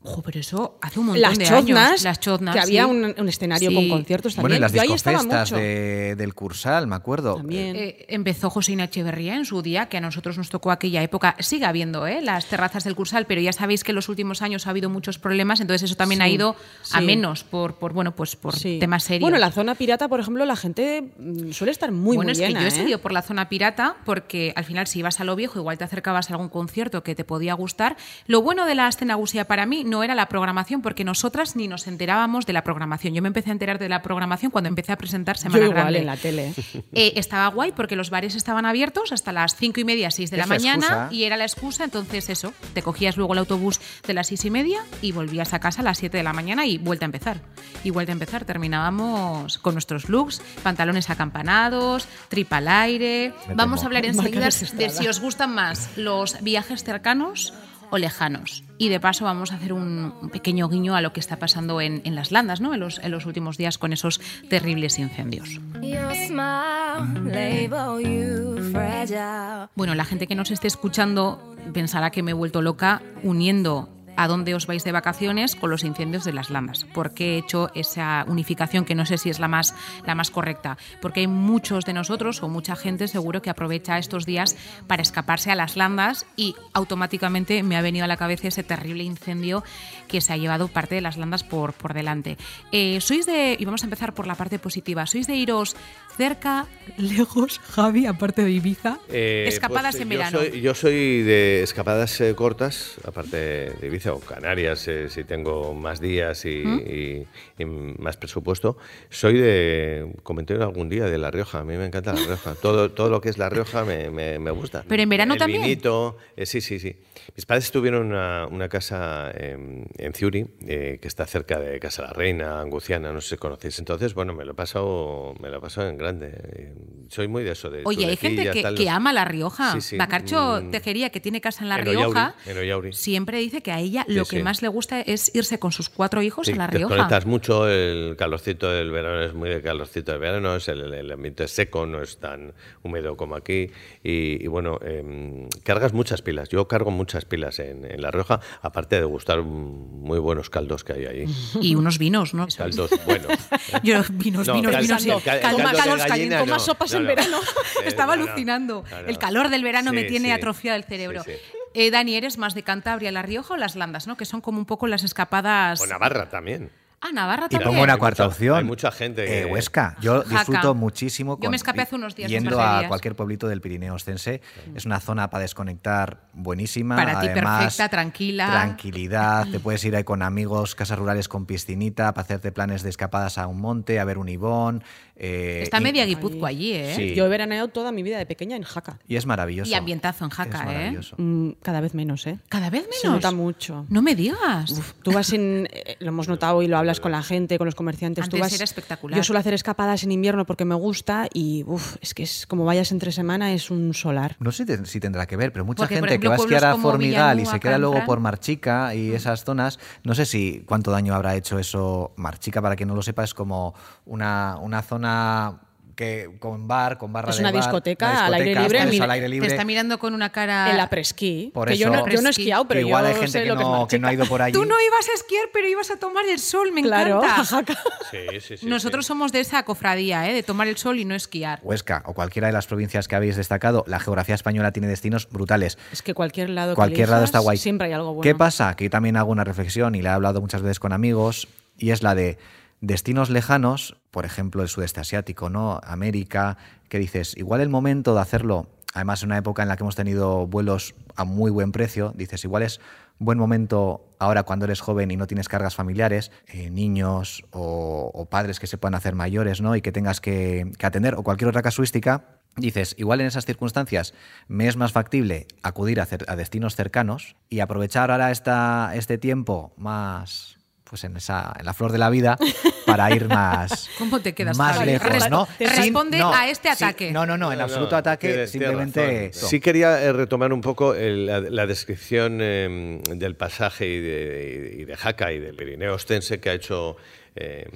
Speaker 1: Ojo, pero eso hace un montón
Speaker 4: las
Speaker 1: de
Speaker 4: choznas,
Speaker 1: años. Las choznas.
Speaker 4: que había
Speaker 1: sí.
Speaker 4: un, un escenario
Speaker 1: Sí.
Speaker 4: con conciertos también.
Speaker 2: bueno, y las
Speaker 4: yo ahí estaba
Speaker 2: discofestas
Speaker 4: mucho.
Speaker 2: de- del Cursal, me acuerdo.
Speaker 4: También.
Speaker 1: Eh, empezó José Inacheverría en su día, que a nosotros nos tocó aquella época. Sigue habiendo ¿eh? las terrazas del Cursal, pero ya sabéis que en los últimos años ha habido muchos problemas, entonces eso también
Speaker 4: Sí,
Speaker 1: ha ido a
Speaker 4: sí.
Speaker 1: menos por, por, bueno, pues por
Speaker 4: Sí.
Speaker 1: temas serios.
Speaker 4: Bueno, la zona pirata, por ejemplo, la gente mm, suele estar muy,
Speaker 1: bueno,
Speaker 4: muy
Speaker 1: es que
Speaker 4: llena.
Speaker 1: yo he
Speaker 4: ¿eh?
Speaker 1: salido por la zona pirata porque al final si ibas a lo viejo igual te acercabas a algún concierto que te podía gustar. Lo bueno de la Astenagusia para mí no era la programación porque nosotras ni nos enterábamos de la programación. Yo me empecé a enterar de la programación cuando empecé a presentar
Speaker 4: Yo
Speaker 1: Semana
Speaker 4: igual
Speaker 1: Grande.
Speaker 4: en
Speaker 1: <laughs>
Speaker 4: la tele.
Speaker 1: Eh, estaba guay porque los bares estaban abiertos hasta las cinco y media, 6 de la
Speaker 2: Es la
Speaker 1: mañana
Speaker 2: excusa.
Speaker 1: y era la excusa, entonces eso, te cogías luego el autobús de las seis y media y volvías a casa a las 7 de la mañana y vuelta a empezar. Y vuelta a empezar, terminábamos con nuestros looks, pantalones acampanados, tripa al aire.
Speaker 2: Me
Speaker 1: Vamos a
Speaker 2: temo.
Speaker 1: hablar
Speaker 4: Marca
Speaker 1: enseguida de
Speaker 4: registrada.
Speaker 1: si os gustan más los viajes cercanos o lejanos. Y de paso vamos a hacer un un pequeño guiño a lo que está pasando en, en las landas, ¿no? En los- en los últimos días con esos terribles incendios.
Speaker 5: Your smile label you fragile.
Speaker 1: Bueno, la gente que nos esté escuchando pensará que me he vuelto loca uniendo a dónde os vais de vacaciones con los incendios de las landas. Porque he hecho esa unificación que no sé si es la más, la más correcta? Porque hay muchos de nosotros o mucha gente seguro que aprovecha estos días para escaparse a las landas y automáticamente me ha venido a la cabeza ese terrible incendio que se ha llevado parte de las landas por, por delante. Eh, sois de, y vamos a empezar por la parte positiva, sois de iros cerca, lejos, Javi, aparte de Ibiza.
Speaker 3: Eh,
Speaker 1: Escapadas
Speaker 3: pues,
Speaker 1: en
Speaker 3: yo
Speaker 1: verano.
Speaker 3: soy- yo soy de escapadas eh, cortas, aparte de Ibiza o Canarias, eh, si tengo más días y,
Speaker 1: ¿Mm?
Speaker 3: y- y más presupuesto. Soy de, comenté algún día, de La Rioja. A mí me encanta La Rioja. todo, todo lo que es La Rioja me, me- me gusta.
Speaker 1: Pero en verano
Speaker 3: El
Speaker 1: también.
Speaker 3: vinito, eh, sí, sí, sí. Mis padres tuvieron una, una casa en, en Ciuri, eh, que está cerca de Casa la Reina, Anguciana, no sé si conocéis. Entonces, bueno, me lo he pasado, me lo he pasado en grande. Eh, Soy muy de eso, de
Speaker 1: Oye, hay gente
Speaker 3: chuletilla,
Speaker 1: que,
Speaker 3: tal,
Speaker 1: que
Speaker 3: los-
Speaker 1: ama La Rioja.
Speaker 3: Sí, sí.
Speaker 1: Bacarcho
Speaker 3: Mm.
Speaker 1: Tejería, que tiene casa en La
Speaker 3: En Ollauri,
Speaker 1: Rioja,
Speaker 3: en Ollauri.
Speaker 1: siempre dice que a ella
Speaker 3: Sí,
Speaker 1: lo que
Speaker 3: sí.
Speaker 1: más le gusta es irse con sus cuatro hijos
Speaker 3: Sí,
Speaker 1: a La
Speaker 3: Te
Speaker 1: Rioja.
Speaker 3: desconectas mucho, el calorcito del verano es muy de calorcito del verano, es el, el ambiente es seco, no es tan húmedo como aquí. Y, y bueno, em, cargas muchas pilas. Yo cargo muchas pilas en, en La Rioja, aparte de gustar mm, muy buenos caldos que hay ahí.
Speaker 1: Y unos vinos, ¿no?
Speaker 3: Caldos buenos.
Speaker 1: <laughs> Yo, vinos,
Speaker 3: No,
Speaker 1: vinos,
Speaker 3: cal-
Speaker 1: vinos.
Speaker 3: sí, el cal- el
Speaker 1: Calma,
Speaker 3: caldo de
Speaker 1: calma,
Speaker 3: gallina,
Speaker 1: calma,
Speaker 3: no, no, no. Eh,
Speaker 1: <laughs> Estaba
Speaker 3: no, no,
Speaker 1: alucinando.
Speaker 3: no, no.
Speaker 1: El calor del verano me
Speaker 3: Sí,
Speaker 1: tiene
Speaker 3: sí.
Speaker 1: atrofiado el cerebro.
Speaker 3: Sí, sí.
Speaker 1: Eh, Dani, ¿eres más de Cantabria, La Rioja o las Landas, no? Que son como un poco las escapadas.
Speaker 3: O Navarra también.
Speaker 1: Ah, Navarra
Speaker 2: Y
Speaker 1: también.
Speaker 2: pongo una
Speaker 3: Hay
Speaker 2: cuarta
Speaker 3: mucha-
Speaker 2: opción.
Speaker 3: hay mucha gente que-
Speaker 2: eh, Huesca. Yo
Speaker 1: Jaca.
Speaker 2: disfruto muchísimo.
Speaker 1: Yo me escapé hace unos días, un
Speaker 2: Yendo
Speaker 1: par de
Speaker 2: a
Speaker 1: días.
Speaker 2: cualquier pueblito del Pirineo Ostense. Es una zona para desconectar buenísima.
Speaker 1: Para ti
Speaker 2: Además,
Speaker 1: perfecta, tranquila. <clears throat>
Speaker 2: Tranquilidad. Te puedes ir ahí con amigos, casas rurales con piscinita, para hacerte planes de escapadas a un monte, a ver un ibón. eh,
Speaker 1: Está
Speaker 2: y-
Speaker 1: media Guipúzcoa allí, ¿eh?
Speaker 2: Sí.
Speaker 4: Yo he veraneado toda mi vida de pequeña en Jaca.
Speaker 2: Y es maravilloso.
Speaker 1: Y ambientazo en Jaca,
Speaker 2: Es
Speaker 1: ¿eh?
Speaker 2: maravilloso.
Speaker 4: Mm, cada vez menos, ¿eh?
Speaker 1: Cada vez menos.
Speaker 4: Se nota mucho.
Speaker 1: No me digas.
Speaker 4: Uf, tú vas en. eh, lo hemos notado y lo hablas con la gente, con los comerciantes. tú
Speaker 1: Antes
Speaker 4: vas-
Speaker 1: era espectacular.
Speaker 4: Yo suelo hacer escapadas en invierno porque me gusta y, uff, es que es como vayas entre semana, es un solar.
Speaker 2: No sé te- si tendrá que ver, pero mucha
Speaker 1: Porque, por
Speaker 2: gente
Speaker 1: ejemplo,
Speaker 2: que va a esquiar
Speaker 1: pueblos
Speaker 2: a
Speaker 1: como
Speaker 2: Formigal y
Speaker 1: Villanueva,
Speaker 2: se queda luego
Speaker 1: Canfranc.
Speaker 2: por Marchica y
Speaker 4: Mm.
Speaker 2: esas zonas, no sé si cuánto daño habrá hecho eso. Marchica, para quien no lo sepa, es como una, una zona que con bar, con barra
Speaker 4: Es
Speaker 2: de
Speaker 4: una
Speaker 2: bar,
Speaker 4: discoteca al aire
Speaker 2: discoteca,
Speaker 4: libre,
Speaker 2: estás
Speaker 4: mira,
Speaker 2: al aire
Speaker 1: Te
Speaker 2: libre.
Speaker 1: está mirando con una cara.
Speaker 4: el apresquí.
Speaker 2: Por
Speaker 4: que yo,
Speaker 2: eso-
Speaker 4: no, yo no he esquiado, pero
Speaker 2: que igual
Speaker 4: yo
Speaker 2: hay gente
Speaker 4: sé
Speaker 2: que,
Speaker 4: lo que es
Speaker 2: no, que no ha
Speaker 4: Marchica.
Speaker 2: ido por allí.
Speaker 1: Tú no ibas a esquiar, pero ibas a tomar el sol, me
Speaker 4: Claro,
Speaker 1: encanta.
Speaker 4: a Jaca.
Speaker 3: <laughs> Sí, sí, sí,
Speaker 1: Nosotros
Speaker 3: sí.
Speaker 1: somos de esa cofradía, ¿eh? de tomar el sol y no esquiar.
Speaker 2: Huesca o cualquiera de las provincias que habéis destacado, la geografía española tiene destinos brutales.
Speaker 4: Es que cualquier lado que
Speaker 2: cualquier lado
Speaker 4: elijas,
Speaker 2: está guay.
Speaker 4: Siempre hay algo bueno.
Speaker 2: ¿Qué pasa? Que yo también hago una reflexión y la he hablado muchas veces con amigos y es la de destinos lejanos, por ejemplo, el sudeste asiático, ¿no? América, que dices, igual el momento de hacerlo, además en una época en la que hemos tenido vuelos a muy buen precio, dices, igual es buen momento ahora cuando eres joven y no tienes cargas familiares, eh, niños o, o padres que se puedan hacer mayores, ¿no? Y que tengas que, que atender o cualquier otra casuística, Dices, igual en esas circunstancias me es más factible acudir a, cer- a destinos cercanos y aprovechar ahora esta, este tiempo más pues en, esa, en la flor de la vida para ir más,
Speaker 1: <laughs> ¿Cómo te quedas,
Speaker 2: más
Speaker 1: Javi?
Speaker 2: lejos.
Speaker 1: Respo-
Speaker 2: ¿no?
Speaker 1: te responde a este
Speaker 2: sí,
Speaker 1: ataque.
Speaker 2: no, no, no, en
Speaker 3: No,
Speaker 2: absoluto
Speaker 3: no,
Speaker 2: ataque,
Speaker 3: tiene- tiene
Speaker 2: simplemente...
Speaker 3: razón.
Speaker 2: esto.
Speaker 3: Sí quería eh, retomar un poco el- la, la descripción eh, del pasaje y de, y de Jaca y del Pirineo Ostense que ha hecho eh,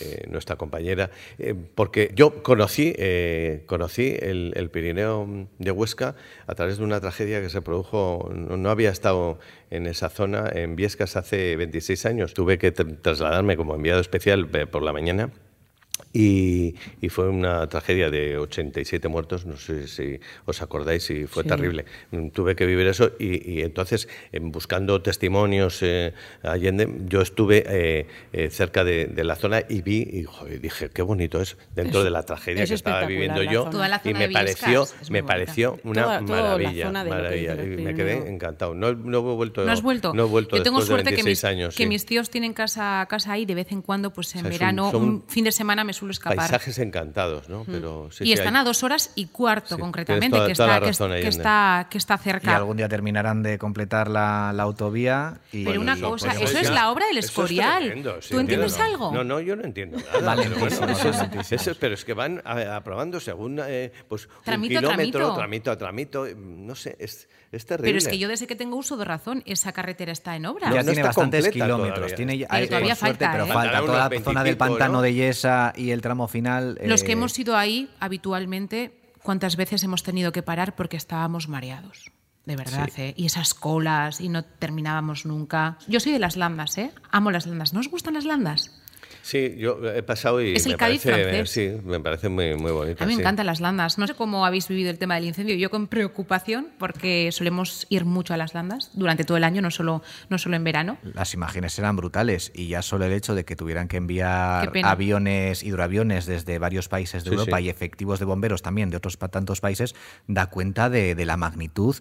Speaker 3: eh, nuestra compañera, eh, porque yo conocí, eh, conocí el, el Pirineo de Huesca a través de una tragedia que se produjo, no, no había estado en esa zona, en Viescas hace 26 años, tuve que tr- trasladarme como enviado especial eh, por la mañana. Y, y fue una tragedia de 87 muertos, no sé si os acordáis, y fue
Speaker 4: Sí.
Speaker 3: terrible. Mm, Tuve que vivir eso y, y entonces, em, buscando testimonios, eh, Allende, yo estuve eh, eh, cerca de, de la zona y vi y joder, dije, qué bonito es, dentro
Speaker 4: Es-
Speaker 3: de la tragedia
Speaker 4: es
Speaker 3: que estaba
Speaker 4: espectacular
Speaker 3: viviendo
Speaker 4: la
Speaker 3: yo.
Speaker 4: zona. Toda
Speaker 1: la
Speaker 3: y
Speaker 1: zona
Speaker 3: me
Speaker 1: de
Speaker 3: pareció,
Speaker 1: Illescas es muy
Speaker 3: me
Speaker 1: bonita.
Speaker 3: pareció una
Speaker 4: Toda- toda la
Speaker 3: maravilla.
Speaker 4: zona de lo que
Speaker 3: maravilla.
Speaker 4: es el
Speaker 3: Y me quedé
Speaker 4: Pirineo.
Speaker 3: encantado. No, no he vuelto.
Speaker 1: ¿No has vuelto?
Speaker 3: No he vuelto
Speaker 1: Yo tengo
Speaker 3: después de
Speaker 1: suerte que,
Speaker 3: 26
Speaker 1: mis,
Speaker 3: años.
Speaker 1: que
Speaker 3: sí.
Speaker 1: mis tíos tienen casa, casa ahí de vez en cuando, pues en
Speaker 3: O sea, es un-
Speaker 1: verano,
Speaker 3: son
Speaker 1: un fin de semana me suelo escapar.
Speaker 3: Paisajes encantados,
Speaker 4: Mm.
Speaker 3: ¿no? Pero sí,
Speaker 1: y
Speaker 3: sí,
Speaker 1: están
Speaker 3: hay-
Speaker 1: a dos horas y cuarto,
Speaker 3: Sí,
Speaker 1: concretamente,
Speaker 3: tienes toda-
Speaker 1: que,
Speaker 3: toda
Speaker 1: está,
Speaker 3: la
Speaker 1: que,
Speaker 3: razón,
Speaker 1: que
Speaker 3: Allende.
Speaker 1: está, que está
Speaker 2: Y
Speaker 1: cerca.
Speaker 2: algún día terminarán de completar la, la autovía. Y,
Speaker 1: Pero una
Speaker 2: y
Speaker 1: cosa,
Speaker 2: podremos
Speaker 1: eso
Speaker 2: ir
Speaker 1: es
Speaker 2: a-
Speaker 1: la obra del
Speaker 3: Eso es
Speaker 1: Escorial.
Speaker 3: tremendo, sí,
Speaker 1: ¿Tú entiendes
Speaker 3: entiendo.
Speaker 1: algo? pues
Speaker 3: No, no, yo no entiendo nada. pero
Speaker 2: Valentísimo,
Speaker 3: bueno, eso es-
Speaker 2: valentísimo.
Speaker 3: eso es- pero es que van a- aprobando según eh, pues,
Speaker 1: Tramito a
Speaker 3: un kilómetro,
Speaker 1: tramito.
Speaker 3: tramito a tramito. eh, No sé, es, es terrible.
Speaker 1: Pero es que yo desde que tengo uso de razón, esa carretera está en obra.
Speaker 2: Ya
Speaker 3: No, no
Speaker 2: tiene
Speaker 3: está
Speaker 2: bastantes
Speaker 3: completa
Speaker 2: kilómetros.
Speaker 3: todavía.
Speaker 2: Tiene, ya-
Speaker 1: Pero
Speaker 2: hay-
Speaker 1: todavía
Speaker 2: por suerte,
Speaker 1: falta,
Speaker 2: pero
Speaker 1: ¿eh?
Speaker 2: falta. Toda
Speaker 3: Faltarán
Speaker 2: la
Speaker 3: unos
Speaker 2: zona del
Speaker 3: 25,
Speaker 2: pantano
Speaker 3: ¿no?
Speaker 2: de Yesa y el tramo final.
Speaker 1: Los que
Speaker 2: eh,
Speaker 1: hemos ido ahí habitualmente, ¿cuántas veces hemos tenido que parar porque estábamos mareados? De verdad, ¿eh? Y esas colas, y no terminábamos nunca. Yo soy de las landas, ¿eh? Amo las landas. ¿No os gustan las landas?
Speaker 3: Sí, yo he pasado y
Speaker 1: Es el
Speaker 3: me,
Speaker 1: Cádiz
Speaker 3: parece,
Speaker 1: francés.
Speaker 3: sí, me parece muy, muy bonito.
Speaker 1: A mí
Speaker 3: sí.
Speaker 1: me encantan las landas. No sé cómo habéis vivido el tema del incendio. Yo con preocupación, porque solemos ir mucho a las landas durante todo el año, no solo, no solo en verano.
Speaker 2: Las imágenes eran brutales y ya solo el hecho de que tuvieran que
Speaker 1: Qué
Speaker 2: enviar
Speaker 1: pena.
Speaker 2: aviones, hidroaviones desde varios países de
Speaker 3: Sí,
Speaker 2: Europa
Speaker 3: sí.
Speaker 2: y efectivos de bomberos también de otros pa- tantos países da cuenta de, de la magnitud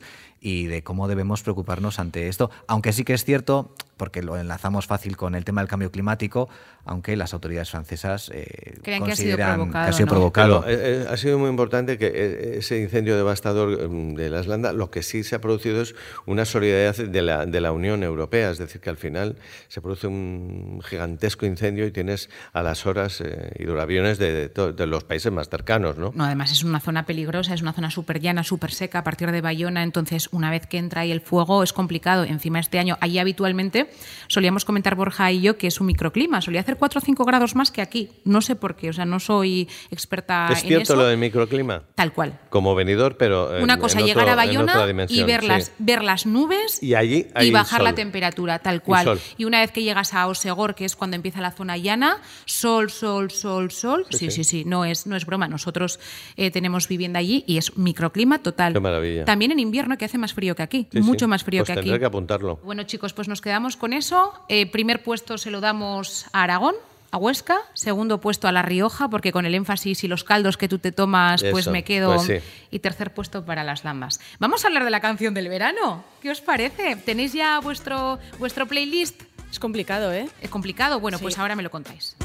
Speaker 2: y de cómo debemos preocuparnos ante esto. Aunque sí que es cierto, porque lo enlazamos fácil con el tema del cambio climático, aunque las autoridades francesas eh,
Speaker 1: Creen que ha sido
Speaker 2: consideran que
Speaker 1: provocado,
Speaker 2: ha sido
Speaker 1: ¿no?
Speaker 2: provocado.
Speaker 3: Pero, eh, eh, ha sido muy importante que eh, ese incendio devastador mm, de las Landas, lo que sí se ha producido es una solidaridad de la, de la Unión Europea, es decir, que al final se produce un gigantesco incendio y tienes a las horas eh, hidroaviones de, de to- de los países más cercanos, ¿no?
Speaker 1: No, además es una zona peligrosa, es una zona súper llana, súper seca a partir de Bayona, entonces una vez que entra ahí el fuego es complicado. Encima este año, allí habitualmente solíamos comentar Borja y yo que es un microclima, solía hacer 4 o 5 grados más que aquí. No sé por qué, o sea, no soy experta
Speaker 3: ¿Es
Speaker 1: en
Speaker 3: cierto
Speaker 1: Ah, eso.
Speaker 3: lo del microclima?
Speaker 1: Tal cual.
Speaker 3: Como venidor, pero en-
Speaker 1: Una cosa,
Speaker 3: en
Speaker 1: llegar
Speaker 3: otro-
Speaker 1: a
Speaker 3: en otra
Speaker 1: Bayona y
Speaker 3: dimensión,
Speaker 1: ver,
Speaker 3: sí.
Speaker 1: las, ver las nubes
Speaker 3: Y allí hay
Speaker 1: bajar la
Speaker 3: sol.
Speaker 1: temperatura, tal
Speaker 3: Y
Speaker 1: cual.
Speaker 3: sol.
Speaker 1: Y, una vez que llegas a Osegor, que es cuando empieza la zona llana, sol, sol, sol, sol. Sí, sí, sí,
Speaker 3: sí.
Speaker 1: no, es, no es broma. Nosotros eh, tenemos vivienda allí y es microclima total.
Speaker 3: Qué maravilla.
Speaker 1: También en invierno, que hace más frío que aquí,
Speaker 3: Sí, sí.
Speaker 1: mucho más frío
Speaker 3: Pues
Speaker 1: que aquí.
Speaker 3: Tendré que apuntarlo.
Speaker 1: Bueno, chicos, pues nos quedamos con eso. Eh, primer puesto se lo damos a Aragón. A Huesca, segundo puesto a La Rioja, porque con el énfasis y los caldos que tú te tomas, pues
Speaker 3: Eso,
Speaker 1: me quedo.
Speaker 3: pues sí.
Speaker 1: Y tercer puesto para las lamas. Vamos a hablar de la canción del verano. ¿Qué os parece? ¿Tenéis ya vuestro, vuestro playlist?
Speaker 4: Es complicado, ¿eh?
Speaker 1: ¿Es complicado? Bueno,
Speaker 4: Sí.
Speaker 1: pues ahora me lo contáis.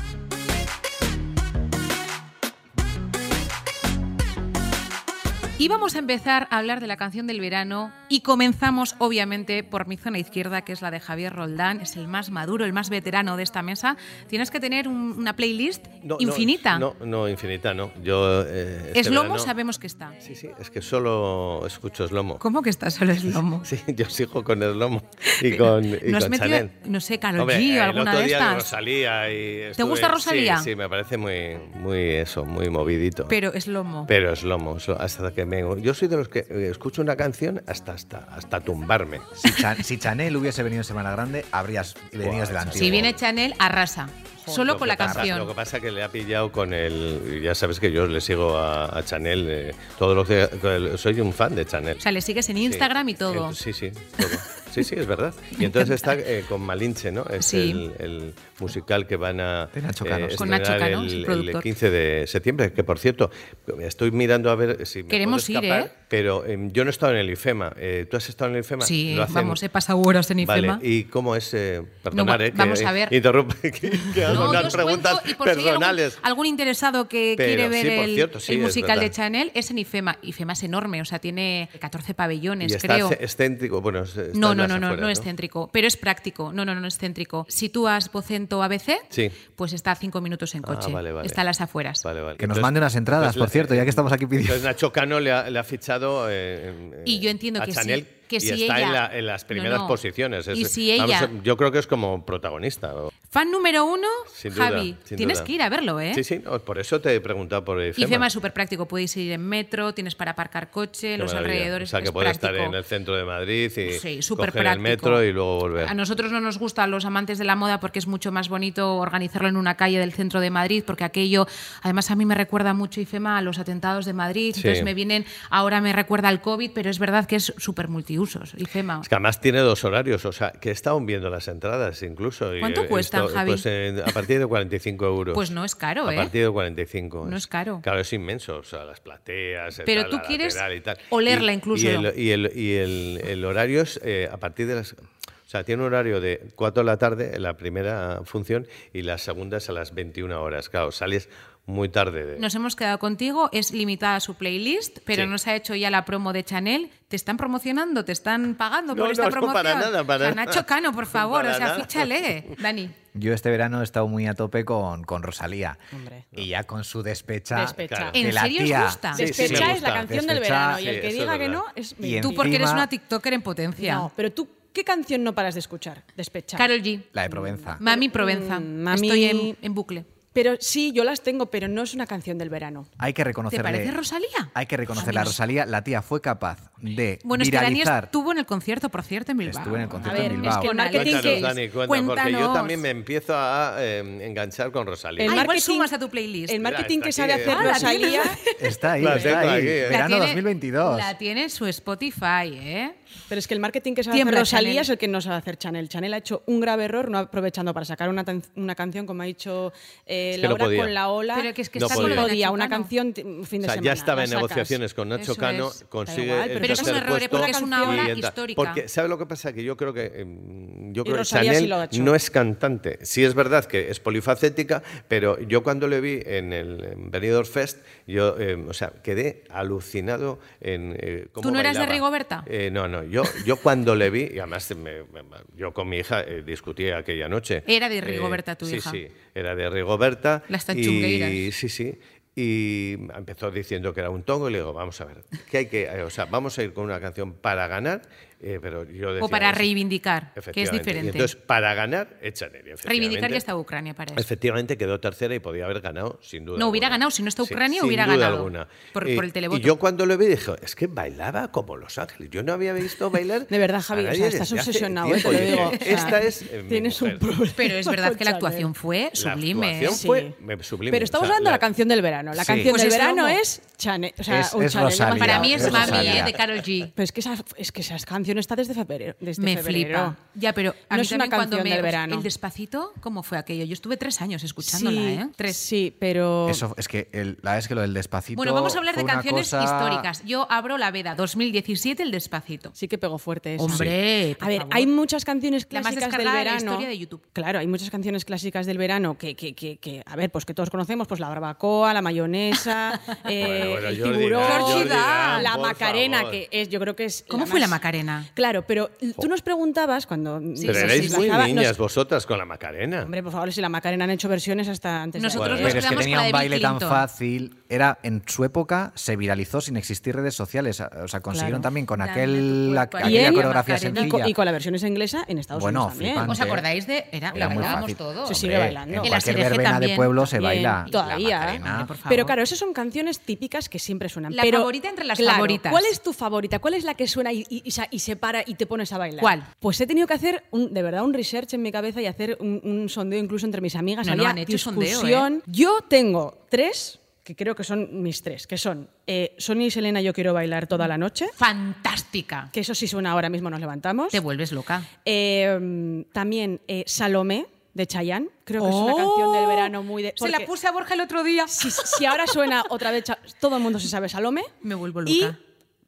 Speaker 1: Y vamos a empezar a hablar de la canción del verano y comenzamos obviamente por mi zona izquierda, que es la de Javier Roldán, es el más maduro, el más veterano de esta mesa. Tienes que tener un- una playlist
Speaker 3: No, no,
Speaker 1: infinita.
Speaker 3: No, no, infinita, no. Yo. eh, este
Speaker 1: Eslomo
Speaker 3: verano-
Speaker 1: sabemos que está.
Speaker 3: Sí, sí, es que solo escucho Eslomo.
Speaker 1: ¿Cómo que está solo Eslomo?
Speaker 3: Sí, yo sigo con Eslomo y con, y
Speaker 1: ¿No has
Speaker 3: con
Speaker 1: metido,
Speaker 3: Chanel.
Speaker 1: no sé, Karol
Speaker 3: Hombre,
Speaker 1: G
Speaker 3: el
Speaker 1: o alguna
Speaker 3: otro
Speaker 1: de
Speaker 3: día
Speaker 1: estas?
Speaker 3: Rosalía y estuve-
Speaker 1: gusta
Speaker 3: sí,
Speaker 1: Rosalía?
Speaker 3: Sí, me parece muy, muy eso, muy movidito.
Speaker 1: Pero Eslomo.
Speaker 3: Pero es lomo, so- hasta que me... Yo soy de los que eh, escucho una canción hasta, hasta, hasta tumbarme.
Speaker 2: Si, Chan- si Chanel hubiese venido en Semana Grande, habrías venido
Speaker 3: Buah,
Speaker 2: delante.
Speaker 1: si viene Chanel, arrasa. Solo
Speaker 3: Lo
Speaker 1: con
Speaker 3: que
Speaker 1: la
Speaker 3: pasa-
Speaker 1: canción.
Speaker 3: Lo que pasa que le ha pillado con el... Ya sabes que yo le sigo a, a Chanel. eh, todo lo que, que- soy un fan de Chanel.
Speaker 1: O sea, le sigues en
Speaker 3: Sí.
Speaker 1: Instagram y todo.
Speaker 3: Eh, Sí, sí, todo. Sí, sí,
Speaker 1: <laughs>
Speaker 3: es verdad. Y entonces está eh, con Malinche, ¿no? Es
Speaker 1: Sí.
Speaker 3: el, el musical que van a eh,
Speaker 2: De Nacho Cano.
Speaker 1: Con Nacho
Speaker 3: estrenar
Speaker 1: Cano, sí,
Speaker 3: el, el
Speaker 1: productor.
Speaker 3: 15 de septiembre, que por cierto, estoy mirando a ver si me
Speaker 1: Queremos
Speaker 3: puedo
Speaker 1: ir,
Speaker 3: escapar,
Speaker 1: ¿eh?
Speaker 3: pero em, yo no he estado en el IFEMA. Eh, ¿Tú has estado en el IFEMA?
Speaker 1: Sí,
Speaker 3: Lo hacen-
Speaker 1: vamos, he pasado horas en
Speaker 3: Vale,
Speaker 1: IFEMA.
Speaker 3: ¿y cómo es? eh, perdonar,
Speaker 1: No,
Speaker 3: eh, que
Speaker 1: vamos a ver.
Speaker 3: Interrumpe, <laughs> que, que hago
Speaker 1: No, yo
Speaker 3: unas
Speaker 1: os cuento,
Speaker 3: preguntas
Speaker 1: y por si hay algún-
Speaker 3: personales.
Speaker 1: algún, interesado que
Speaker 3: Pero
Speaker 1: quiere
Speaker 3: sí,
Speaker 1: ver
Speaker 3: por
Speaker 1: el,
Speaker 3: cierto, sí,
Speaker 1: el
Speaker 3: es
Speaker 1: musical de
Speaker 3: verdad.
Speaker 1: Chanel es en IFEMA. IFEMA es enorme, o sea, tiene 14 pabellones,
Speaker 3: y está
Speaker 1: creo.
Speaker 3: ce- excéntrico, bueno, es- está
Speaker 1: No,
Speaker 3: en
Speaker 1: no,
Speaker 3: las
Speaker 1: no, no,
Speaker 3: afueras,
Speaker 1: no es céntrico, pero es práctico. No, no, no es céntrico. Si tú has Vocento ABC,
Speaker 3: Sí.
Speaker 1: pues está a cinco minutos en
Speaker 3: Ah,
Speaker 1: coche.
Speaker 3: vale, vale.
Speaker 1: Está a las afueras.
Speaker 3: Vale, vale.
Speaker 2: Que nos
Speaker 3: Entonces-
Speaker 2: mande unas entradas,
Speaker 3: entonces
Speaker 2: por
Speaker 3: la-
Speaker 2: cierto, ya que estamos aquí
Speaker 3: Entonces
Speaker 2: pidiendo.
Speaker 3: Nacho Cano le ha, le ha fichado eh, en-
Speaker 1: Y yo entiendo
Speaker 3: a
Speaker 1: que sí,
Speaker 3: Chanel
Speaker 1: que
Speaker 3: y
Speaker 1: si
Speaker 3: está
Speaker 1: ella-
Speaker 3: en, la- en las
Speaker 1: No,
Speaker 3: primeras
Speaker 1: no.
Speaker 3: posiciones. Es-
Speaker 1: Y si
Speaker 3: vamos,
Speaker 1: ella-
Speaker 3: yo creo que es como protagonista. o-
Speaker 1: Fan número uno,
Speaker 3: Sin duda,
Speaker 1: Javi.
Speaker 3: sin
Speaker 1: Tienes
Speaker 3: duda.
Speaker 1: que ir a verlo, ¿eh?
Speaker 3: Sí, sí, no, por eso te he preguntado por el
Speaker 1: IFEMA, es súper práctico. Podéis ir en metro, tienes para aparcar coche, en los alrededores.
Speaker 3: O sea, que
Speaker 1: es
Speaker 3: puede
Speaker 1: práctico.
Speaker 3: estar en el centro de Madrid y
Speaker 1: Sí, súper
Speaker 3: coger el
Speaker 1: práctico.
Speaker 3: metro y luego volver.
Speaker 1: A nosotros no nos gusta a los amantes de la moda porque es mucho más bonito organizarlo en una calle del centro de Madrid, porque aquello, además a mí me recuerda mucho IFEMA a los atentados de Madrid,
Speaker 3: Sí.
Speaker 1: entonces me vienen, ahora me recuerda al COVID, pero es verdad que es súper multiusos, IFEMA.
Speaker 3: Es que además tiene dos horarios, o sea, que he estado viendo las entradas incluso. y
Speaker 1: ¿Cuánto
Speaker 3: he
Speaker 1: cuestan,
Speaker 3: visto-
Speaker 1: Javi?
Speaker 3: Pues eh, a partir de 45 euros.
Speaker 1: Pues no es caro,
Speaker 3: A
Speaker 1: ¿eh?
Speaker 3: partir de 45.
Speaker 1: No es caro.
Speaker 3: Claro, es inmenso. O sea, las plateas. el
Speaker 1: Pero
Speaker 3: tal,
Speaker 1: tú
Speaker 3: la
Speaker 1: quieres
Speaker 3: lateral y tal.
Speaker 1: olerla
Speaker 3: Y-
Speaker 1: incluso.
Speaker 3: Y el, y el- y el- el horario es eh, a partir de las. O sea, tiene un horario de 4 de la tarde, la primera función, y la segunda es a las 21 horas. Claro, sales muy tarde. de-
Speaker 1: Nos hemos quedado contigo, es limitada su playlist, pero
Speaker 3: Sí.
Speaker 1: no se ha hecho ya la promo de Chanel. Te están promocionando, te están pagando
Speaker 3: No,
Speaker 1: por esta
Speaker 3: no, no,
Speaker 1: promoción.
Speaker 3: para nada, para
Speaker 1: O sea, Nacho
Speaker 3: nada.
Speaker 1: Cano,
Speaker 3: <laughs>
Speaker 1: por favor,
Speaker 3: Para
Speaker 1: o sea,
Speaker 3: nada.
Speaker 1: fíchale, Dani.
Speaker 2: Yo este verano he estado muy a tope con, con Rosalía.
Speaker 4: Hombre.
Speaker 2: Y ya con su despecha.
Speaker 4: Despecha.
Speaker 3: Claro.
Speaker 2: que
Speaker 1: ¿En
Speaker 2: la
Speaker 1: serio os
Speaker 2: tía-
Speaker 1: gusta?
Speaker 3: Sí, sí,
Speaker 4: Despecha
Speaker 3: me
Speaker 4: es la
Speaker 3: gusta.
Speaker 4: canción del
Speaker 2: Despecha,
Speaker 4: verano y el
Speaker 3: sí,
Speaker 4: que
Speaker 3: eso
Speaker 4: diga
Speaker 3: es
Speaker 4: que no
Speaker 3: verdad.
Speaker 4: es
Speaker 2: Y
Speaker 4: mentira.
Speaker 1: Tú porque eres
Speaker 2: Encima-
Speaker 1: una TikToker en potencia.
Speaker 4: No, pero tú, ¿qué canción no paras de escuchar? Despecha.
Speaker 1: Carol G.
Speaker 2: La de Provenza.
Speaker 1: Mami Provenza.
Speaker 4: Mm, mami-
Speaker 1: Estoy en, en bucle.
Speaker 4: Pero sí, yo las tengo, pero no es una canción del verano.
Speaker 2: Hay que reconocerle.
Speaker 1: parece Rosalía?
Speaker 2: Hay que reconocerle
Speaker 1: A
Speaker 2: a
Speaker 1: mí no sé.
Speaker 2: Rosalía. La tía fue capaz de
Speaker 1: Bueno, es que Dani
Speaker 2: viralizar.
Speaker 1: estuvo en el concierto, por cierto, en Bilbao.
Speaker 2: Estuve en el
Speaker 4: A
Speaker 2: concierto
Speaker 4: ver,
Speaker 2: en
Speaker 4: es
Speaker 2: Bilbao.
Speaker 4: que el marketing
Speaker 3: Cuéntanos,
Speaker 4: que
Speaker 3: Dani, cuéntanos, porque yo
Speaker 1: Cuéntanos.
Speaker 3: también me empiezo a eh, enganchar con Rosalía.
Speaker 1: Ah,
Speaker 4: El
Speaker 1: igual
Speaker 4: marketing-
Speaker 1: sumas a tu playlist.
Speaker 4: El
Speaker 3: Mira,
Speaker 4: marketing
Speaker 3: está
Speaker 4: que
Speaker 3: aquí,
Speaker 4: sabe
Speaker 3: eh.
Speaker 4: hacer
Speaker 3: Ah, la
Speaker 4: Rosalía.
Speaker 2: Está ahí,
Speaker 3: La
Speaker 2: está
Speaker 3: tengo
Speaker 2: ahí.
Speaker 3: aquí, eh.
Speaker 1: La
Speaker 2: Verano
Speaker 1: tiene-
Speaker 2: 2022.
Speaker 1: La tiene en su Spotify, ¿eh?
Speaker 4: <laughs> Pero es que el marketing que sabe
Speaker 1: Tiembla,
Speaker 4: hacer Rosalía
Speaker 1: Chanel.
Speaker 4: es el que no sabe hacer Chanel. Chanel ha hecho un grave error no aprovechando para sacar una, tan- una canción, como ha dicho eh,
Speaker 3: Es que no
Speaker 4: Laura,
Speaker 3: podía.
Speaker 4: con la ola.
Speaker 1: Pero que es que
Speaker 3: No
Speaker 1: está
Speaker 3: podía.
Speaker 1: con lo de
Speaker 4: podía,
Speaker 1: Nacho
Speaker 4: una
Speaker 1: Cano.
Speaker 4: canción t- un fin de
Speaker 3: O sea,
Speaker 4: semana.
Speaker 3: ya estaba
Speaker 4: la
Speaker 3: en
Speaker 4: sacas.
Speaker 3: negociaciones con Nacho
Speaker 1: Eso
Speaker 3: Cano,
Speaker 1: es. Da
Speaker 3: consigue
Speaker 4: igual,
Speaker 3: el
Speaker 4: pero es
Speaker 3: tercer
Speaker 4: un
Speaker 1: error, ¿eh?
Speaker 3: puesto.
Speaker 1: porque es una
Speaker 4: obra
Speaker 3: y entra-
Speaker 1: histórica.
Speaker 3: Porque, ¿sabe lo que pasa? Que yo creo que, em, yo creo
Speaker 4: Y
Speaker 3: que
Speaker 4: Rosalía sí
Speaker 3: Chanel
Speaker 4: lo ha hecho.
Speaker 3: no es cantante. Sí es verdad que es polifacética, pero yo cuando le vi en el en Benidorm Fest, yo, em, o sea, quedé alucinado en eh, cómo
Speaker 1: ¿Tú no eras de
Speaker 3: bailaba.
Speaker 1: Rigoberta?
Speaker 3: Eh, no, no. Yo, yo cuando le vi, y además me- me- yo con mi hija eh, discutí aquella noche. Eh,
Speaker 1: Era de Rigoberta tu
Speaker 3: sí,
Speaker 1: hija.
Speaker 3: Sí, era de Rigoberta.
Speaker 1: Las tachungueiras.
Speaker 3: y sí, sí. Y empezó diciendo que era un tongo y le digo, vamos a ver, que hay que, eh, o sea, vamos a ir con una canción para ganar Eh, pero yo decía
Speaker 1: O para
Speaker 3: eso.
Speaker 1: reivindicar, que es
Speaker 3: Efectivamente.
Speaker 1: diferente.
Speaker 3: Y entonces, para ganar, echan él.
Speaker 1: reivindicar ya está Ucrania para eso.
Speaker 3: Efectivamente quedó tercera y podía haber ganado, sin duda.
Speaker 1: No, hubiera
Speaker 3: alguna.
Speaker 1: ganado, si no está
Speaker 3: Sí,
Speaker 1: Ucrania,
Speaker 3: sin
Speaker 1: hubiera
Speaker 3: duda
Speaker 1: ganado.
Speaker 3: alguna.
Speaker 1: Por- por el televoto.
Speaker 3: Y yo cuando lo vi dije, es que bailaba como Los Ángeles. Yo no había visto bailar.
Speaker 4: <laughs> De verdad,
Speaker 3: a
Speaker 4: Javi, o
Speaker 3: nadie
Speaker 4: sea, estás
Speaker 3: desde hace
Speaker 4: obsesionado, eh, te
Speaker 3: tiempo.
Speaker 4: lo
Speaker 3: Y dije,
Speaker 4: digo. O sea,
Speaker 3: Esta es. eh, mi
Speaker 4: Tienes un
Speaker 3: mujer".
Speaker 4: problema.
Speaker 1: Pero es verdad
Speaker 4: con
Speaker 1: que la
Speaker 4: <laughs> Chanel.
Speaker 1: actuación fue
Speaker 3: La
Speaker 1: sublime.
Speaker 3: actuación
Speaker 1: ¿eh?
Speaker 4: Sí.
Speaker 3: fue me- sublime.
Speaker 4: Pero estamos
Speaker 3: O sea,
Speaker 4: hablando de la canción del verano. La
Speaker 2: Sí.
Speaker 4: canción
Speaker 1: Pues
Speaker 4: del
Speaker 1: es
Speaker 4: verano
Speaker 1: lomo.
Speaker 4: es Chanel. O sea,
Speaker 2: Es-
Speaker 4: un
Speaker 2: es
Speaker 4: Chanel
Speaker 2: Rosalía.
Speaker 4: bailado.
Speaker 1: Para mí es
Speaker 2: Eso
Speaker 1: Mami
Speaker 2: salía.
Speaker 1: eh, de Carol G.
Speaker 4: Pero es que, esa, es que esa canción está desde febrero. desde
Speaker 1: Me
Speaker 4: Este febrero.
Speaker 1: flipa. Ya, pero a
Speaker 4: no
Speaker 1: mí
Speaker 4: es una
Speaker 1: también cuando
Speaker 4: canción
Speaker 1: me.
Speaker 4: del verano.
Speaker 1: El despacito, ¿cómo fue aquello? Yo estuve tres años escuchándola,
Speaker 4: sí,
Speaker 1: ¿eh? Tres.
Speaker 4: Sí, pero.
Speaker 2: Eso es que el- la es que lo del despacito.
Speaker 1: Bueno, vamos a hablar de
Speaker 2: fue una
Speaker 1: canciones
Speaker 2: cosa-
Speaker 1: históricas. Yo abro la veda, 2017, el despacito.
Speaker 4: Sí que pegó fuerte esa.
Speaker 1: Hombre, por
Speaker 4: A ver,
Speaker 1: favor.
Speaker 4: hay muchas canciones
Speaker 1: La más
Speaker 4: clásicas del
Speaker 1: descargada de la
Speaker 4: verano.
Speaker 1: historia de YouTube.
Speaker 4: Claro, hay muchas canciones clásicas del verano que, que, que, que, a ver, pues que todos conocemos, pues la barbacoa,
Speaker 1: <laughs>
Speaker 4: la mayonesa, eh,
Speaker 3: Bueno, bueno,
Speaker 4: el
Speaker 3: Jordi
Speaker 4: tiburón,
Speaker 3: Dan,
Speaker 1: Jordi Dan,
Speaker 4: la
Speaker 3: por
Speaker 4: macarena,
Speaker 3: favor.
Speaker 4: que es, yo creo que es.
Speaker 1: ¿Cómo fue la Macarena?
Speaker 4: Claro, pero tú nos preguntabas cuando.
Speaker 1: Sí,
Speaker 3: Pero
Speaker 1: sí,
Speaker 3: erais
Speaker 1: sí,
Speaker 3: muy
Speaker 4: bajaba- nos-
Speaker 3: niñas vosotras con la Macarena.
Speaker 4: Hombre, por favor, si la Macarena han hecho versiones hasta antes
Speaker 1: Nosotros nos
Speaker 4: de
Speaker 2: Pero
Speaker 3: Bueno,
Speaker 2: es que
Speaker 1: quedamos
Speaker 2: tenía
Speaker 1: con la de
Speaker 2: un
Speaker 1: Bill
Speaker 2: baile tan
Speaker 1: Clinton.
Speaker 2: fácil. Era en su época se viralizó sin existir redes sociales. O sea, consiguieron
Speaker 4: Claro.
Speaker 2: también con
Speaker 1: Dame
Speaker 2: aquel
Speaker 1: tu
Speaker 2: la-
Speaker 1: cuerpo,
Speaker 2: aquella
Speaker 4: Ariel,
Speaker 2: coreografía
Speaker 1: Macarena.
Speaker 4: Y,
Speaker 2: sencilla.
Speaker 4: con, y con la versión es inglesa en Estados
Speaker 2: Bueno,
Speaker 4: Unidos también.
Speaker 2: flipante.
Speaker 1: ¿Os acordáis de.? Era, la
Speaker 2: Era muy
Speaker 1: bailábamos
Speaker 2: fácil.
Speaker 1: todos.
Speaker 4: Sí, sí. sigue
Speaker 2: Hombre,
Speaker 4: bailando.
Speaker 2: En
Speaker 1: En la
Speaker 2: cualquier
Speaker 1: SRG
Speaker 2: verbena de
Speaker 1: también.
Speaker 2: pueblo se
Speaker 4: Bien,
Speaker 2: baila. La
Speaker 4: todavía.
Speaker 2: Macarena.
Speaker 1: Hombre, por favor.
Speaker 4: Pero claro, esas son canciones típicas que siempre suenan.
Speaker 1: La
Speaker 4: Pero,
Speaker 1: favorita entre las
Speaker 4: claro,
Speaker 1: favoritas.
Speaker 4: ¿Cuál es tu favorita? ¿Cuál es la que suena y, y- y sa- y se para y te pones a bailar?
Speaker 1: ¿Cuál?
Speaker 4: Pues he tenido que hacer un- de verdad un research en mi cabeza y hacer un, un sondeo incluso entre mis amigas.
Speaker 1: No, no,
Speaker 4: Había
Speaker 1: han hecho sondeo, ¿eh?
Speaker 4: discusión. Yo tengo tres que creo que son mis tres, que son eh, Sonia y Selena Yo Quiero Bailar Toda la Noche,
Speaker 1: Fantástica.
Speaker 4: que eso sí suena ahora mismo, nos levantamos.
Speaker 1: Te vuelves loca.
Speaker 4: Eh, también eh, Salomé de Chayanne, creo que es una canción del verano muy de...
Speaker 1: Oh, Se la
Speaker 4: porque-
Speaker 1: puse a Borja el otro día.
Speaker 4: si, si ahora suena otra vez, Cha- todo el mundo se sabe Salome.
Speaker 1: Me vuelvo
Speaker 4: Y,
Speaker 1: loca.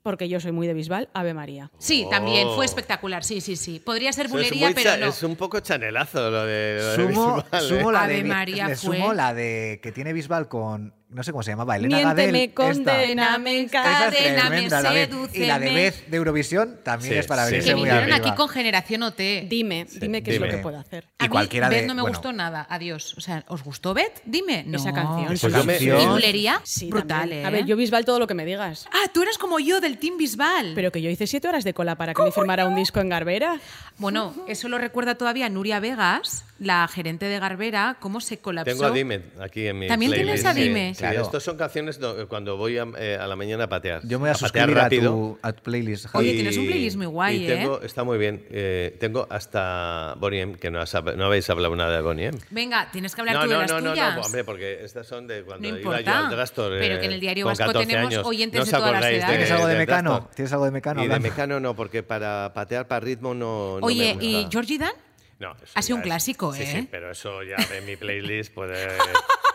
Speaker 4: porque yo soy muy de Bisbal, Ave María.
Speaker 1: Sí, también fue espectacular. Sí, sí, sí. Podría ser
Speaker 3: Eso es
Speaker 1: bulería,
Speaker 3: muy
Speaker 1: pero
Speaker 3: cha-
Speaker 1: no.
Speaker 3: Es un poco chanelazo lo de. lo de
Speaker 2: Sumo,
Speaker 3: Bisbal, ¿eh?
Speaker 2: sumo la
Speaker 1: Ave
Speaker 2: de, Bi-
Speaker 1: María
Speaker 2: le
Speaker 1: fue-
Speaker 2: sumo la de que tiene Bisbal con no sé cómo se llama, Elena Gadel.
Speaker 4: Miénteme,
Speaker 2: esta.
Speaker 4: condéname,
Speaker 2: Esa es
Speaker 1: Cadena me
Speaker 2: tremenda, la Beth. Y la de
Speaker 1: sedúceme.
Speaker 2: Beth de Eurovisión también
Speaker 3: Sí,
Speaker 2: es para
Speaker 3: sí,
Speaker 2: abrirse
Speaker 1: que
Speaker 2: muy
Speaker 1: vinieron
Speaker 2: arriba.
Speaker 1: aquí con Generación OT.
Speaker 4: Dime, dime qué es lo
Speaker 3: dime.
Speaker 4: que puedo hacer.
Speaker 1: a
Speaker 2: Y
Speaker 1: mí
Speaker 2: cualquiera
Speaker 1: Beth
Speaker 2: de-
Speaker 1: no me
Speaker 2: bueno.
Speaker 1: gustó nada. Adiós. O sea, ¿os gustó Beth? Dime. No.
Speaker 4: Esa canción.
Speaker 2: Esa
Speaker 3: Pues yo me-
Speaker 1: Y
Speaker 2: canción.
Speaker 1: bulería.
Speaker 4: Sí,
Speaker 1: brutal,
Speaker 4: también.
Speaker 1: ¿eh?
Speaker 4: A ver, yo Bisbal todo lo que me digas.
Speaker 1: Ah, tú eres como yo del Team Bisbal.
Speaker 4: Pero que yo hice siete horas de cola para que me firmara un disco en Garbera.
Speaker 1: Bueno, eso lo recuerda todavía Nuria Vegas, la gerente de Garbera, cómo se colapsó.
Speaker 3: Tengo a Dime aquí en mi
Speaker 1: También
Speaker 3: playlist,
Speaker 1: tienes a
Speaker 3: sí,
Speaker 1: Dime.
Speaker 3: sí,
Speaker 2: Claro.
Speaker 3: Estos son canciones do- cuando voy a, eh, a la mañana a patear.
Speaker 2: Yo me voy a,
Speaker 3: patear
Speaker 2: suscribir a tu, a tu playlist. Javi.
Speaker 1: Oye, tienes un playlist muy guay,
Speaker 3: y tengo-
Speaker 1: ¿eh?
Speaker 3: Está muy bien. Eh, tengo hasta Bonnie M, que no, has hab- no habéis hablado nada de Bonnie M.
Speaker 1: Venga, tienes que hablar
Speaker 3: No,
Speaker 1: tú de
Speaker 3: no,
Speaker 1: las
Speaker 3: no, no,
Speaker 1: tuyas.
Speaker 3: no, hombre, porque estas son de cuando
Speaker 1: No
Speaker 3: iba yo
Speaker 1: importa,
Speaker 3: al Drastor.
Speaker 1: pero
Speaker 3: eh,
Speaker 1: que en el Diario
Speaker 3: con
Speaker 1: Vasco
Speaker 3: 14
Speaker 1: tenemos
Speaker 3: años.
Speaker 1: oyentes de
Speaker 3: ¿No os
Speaker 1: todas las
Speaker 3: acordáis
Speaker 1: edades?
Speaker 2: ¿Tienes algo de
Speaker 3: del
Speaker 2: Mecano?
Speaker 3: Drastor?
Speaker 2: ¿Tienes algo de Mecano
Speaker 3: Eh, Y de
Speaker 2: hablando?
Speaker 3: Mecano no, porque para patear para ritmo pues, no. no
Speaker 1: Oye,
Speaker 3: me
Speaker 1: ¿y
Speaker 3: gusta.
Speaker 1: Georgie Dan?
Speaker 3: No, eso
Speaker 1: Ha sido
Speaker 3: ya
Speaker 1: un
Speaker 3: es-
Speaker 1: clásico,
Speaker 3: sí,
Speaker 1: ¿eh?
Speaker 3: Sí, pero eso ya en mi playlist puede,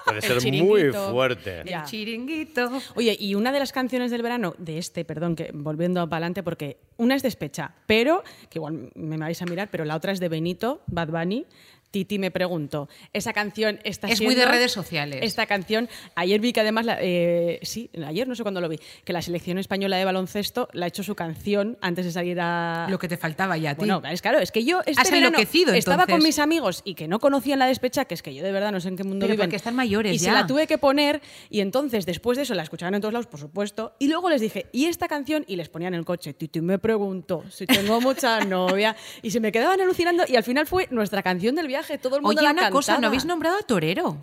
Speaker 3: puede ser muy
Speaker 4: chiringuito.
Speaker 3: fuerte.
Speaker 4: Ya.
Speaker 1: El chiringuito.
Speaker 4: Oye, y una de las canciones del verano, de este, perdón, que volviendo para adelante, porque una es despecha, pero, que igual me vais a mirar, pero la otra es de Benito, Bad Bunny. Titi me pregunto, esa canción está
Speaker 1: Es muy de
Speaker 4: siendo-
Speaker 1: redes sociales.
Speaker 4: Esta canción, ayer vi que además, la- eh, sí, ayer no sé cuándo lo vi, que la selección española de baloncesto la ha hecho su canción antes de salir a...
Speaker 1: Lo que te faltaba ya a ti.
Speaker 4: Bueno, es claro, es que yo este
Speaker 1: Has
Speaker 4: verano
Speaker 1: enloquecido,
Speaker 4: estaba
Speaker 1: entonces.
Speaker 4: con mis amigos y que no conocían la despecha, que es que yo de verdad no sé en qué mundo
Speaker 1: Pero
Speaker 4: viven.
Speaker 1: porque están mayores
Speaker 4: y se
Speaker 1: ya.
Speaker 4: la tuve que poner y entonces después de eso la escuchaban en todos lados, por supuesto, y luego les dije, "¿Y esta canción?" y les ponían en el coche. Titi me preguntó si
Speaker 1: <laughs>
Speaker 4: tengo mucha novia y se me quedaban alucinando y al final fue nuestra canción del viaje, todo el mundo
Speaker 1: Oye,
Speaker 4: la
Speaker 1: una cosa, ¿no
Speaker 4: cantaba.
Speaker 1: habéis nombrado a Torero?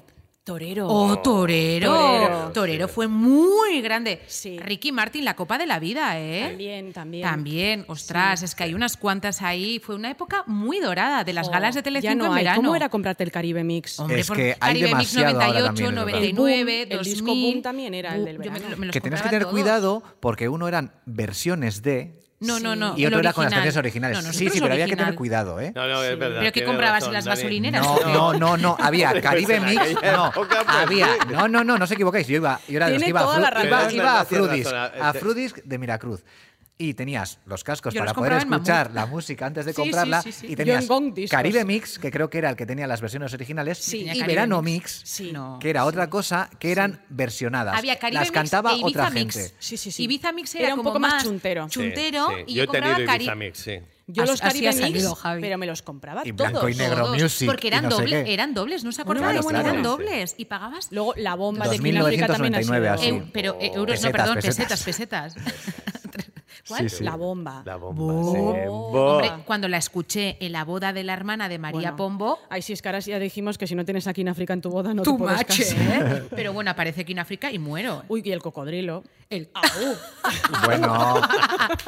Speaker 4: Torero.
Speaker 1: Oh, Torero.
Speaker 4: Torero.
Speaker 1: Torero,
Speaker 3: Sí.
Speaker 1: fue muy grande.
Speaker 4: Sí.
Speaker 1: Ricky Martin, la Copa de la Vida, ¿eh?
Speaker 4: También, también.
Speaker 1: También, ostras, es que hay unas cuantas ahí. Fue una época muy dorada de las
Speaker 4: Oh,
Speaker 1: galas de Telecinco
Speaker 4: ya no
Speaker 1: en
Speaker 4: hay.
Speaker 1: verano.
Speaker 4: ¿Cómo era comprarte el Caribe Mix?
Speaker 1: Hombre,
Speaker 2: Es
Speaker 1: por-
Speaker 2: que hay
Speaker 1: Caribe Mix
Speaker 2: demasiado ahora
Speaker 1: 98,
Speaker 2: también, es verdad.
Speaker 1: 99,
Speaker 4: El boom, el
Speaker 1: 2000.
Speaker 4: disco boom también era el del
Speaker 1: Yo me-
Speaker 4: verano.
Speaker 1: me los
Speaker 2: que tenés que
Speaker 1: compraba
Speaker 2: tener
Speaker 1: todos.
Speaker 2: cuidado porque uno eran versiones de
Speaker 1: No, no, no.
Speaker 2: y
Speaker 1: el
Speaker 2: otro era con las
Speaker 1: original.
Speaker 2: canciones originales.
Speaker 1: No, no,
Speaker 2: sí, sí,
Speaker 1: nosotros
Speaker 2: pero había que tener
Speaker 1: original.
Speaker 2: cuidado, ¿eh?
Speaker 3: No, no, es verdad.
Speaker 1: ¿Pero qué
Speaker 3: tiene
Speaker 1: comprabas
Speaker 3: razón,
Speaker 1: en las
Speaker 3: Dani.
Speaker 1: gasolineras?
Speaker 2: No, no, no, no, había
Speaker 3: Hombre,
Speaker 2: Caribe
Speaker 3: pues en
Speaker 2: Mix,
Speaker 3: aquella
Speaker 2: no,
Speaker 3: época, pues,
Speaker 2: había,
Speaker 3: sí.
Speaker 2: no, no, no, no os equivocáis, yo iba, yo era de los
Speaker 4: Tiene
Speaker 2: que iba, a
Speaker 4: toda
Speaker 2: Fru-
Speaker 4: la razón.
Speaker 2: iba-
Speaker 4: Pero es
Speaker 2: iba
Speaker 3: verdad,
Speaker 2: a
Speaker 3: tienes
Speaker 2: Frudisk,
Speaker 3: razón,
Speaker 2: a
Speaker 3: te-
Speaker 2: Frudisk de Miracruz y tenías los cascos
Speaker 1: Yo
Speaker 2: para
Speaker 1: los
Speaker 2: poder
Speaker 1: compraba en Mamut.
Speaker 2: escuchar la música antes de
Speaker 1: Sí, sí,
Speaker 2: comprarla
Speaker 1: sí, sí.
Speaker 2: y tenías
Speaker 4: en Gong Discos.
Speaker 2: Caribe Mix, que creo que era el que tenía las versiones originales,
Speaker 1: Sí,
Speaker 2: y
Speaker 1: tenía
Speaker 2: Verano
Speaker 1: Caribe
Speaker 2: Mix,
Speaker 4: Sí.
Speaker 1: No,
Speaker 2: que era otra cosa, que eran versionadas,
Speaker 1: Había Caribe
Speaker 2: las
Speaker 1: Mix
Speaker 2: cantaba
Speaker 1: e Ibiza
Speaker 2: otra
Speaker 1: Mix.
Speaker 2: gente.
Speaker 4: Sí, sí, sí.
Speaker 1: Ibiza Mix era,
Speaker 4: Era un
Speaker 1: como
Speaker 4: poco más chuntero.
Speaker 3: Sí,
Speaker 1: Chuntero
Speaker 3: sí.
Speaker 1: y yo,
Speaker 3: yo he tenido
Speaker 1: compraba
Speaker 3: Ibiza
Speaker 1: Caribe
Speaker 3: Mix, sí.
Speaker 4: Yo
Speaker 1: As-
Speaker 4: los
Speaker 1: así
Speaker 4: Caribe
Speaker 1: ha salido,
Speaker 4: Mix,
Speaker 1: Javi.
Speaker 4: pero me los compraba
Speaker 2: Y
Speaker 4: todos.
Speaker 2: blanco y negro
Speaker 1: Todos,
Speaker 2: music
Speaker 1: Porque
Speaker 2: y
Speaker 1: eran,
Speaker 2: no sé
Speaker 1: dobles,
Speaker 2: qué.
Speaker 1: eran dobles, no se
Speaker 4: Bueno,
Speaker 1: acordáis,
Speaker 2: claro,
Speaker 1: eran
Speaker 2: claro.
Speaker 1: dobles y pagabas
Speaker 4: Luego la bomba de
Speaker 2: 2999
Speaker 4: Kináfrica también ha sido-
Speaker 2: así.
Speaker 1: Eu- pero eh, euros,
Speaker 2: Pesetas,
Speaker 1: no, perdón,
Speaker 2: pesetas.
Speaker 1: pesetas, pesetas. ¿Cuál?
Speaker 3: Sí, sí.
Speaker 4: La bomba.
Speaker 3: La bomba,
Speaker 1: Bo-
Speaker 3: sí.
Speaker 4: Bo-
Speaker 1: Hombre, cuando la escuché en la boda de la hermana de María
Speaker 4: Ah. Bueno,
Speaker 1: Pombo,
Speaker 4: Ay, sí, es que ahora ya dijimos que si no tienes aquí en África en tu boda, no
Speaker 1: tu
Speaker 4: te puedes
Speaker 1: mache,
Speaker 4: casar. <laughs>
Speaker 1: ¿eh? Pero bueno, aparece aquí en África y muero.
Speaker 4: Uy, y el cocodrilo. Ah,
Speaker 1: El-
Speaker 2: Bueno,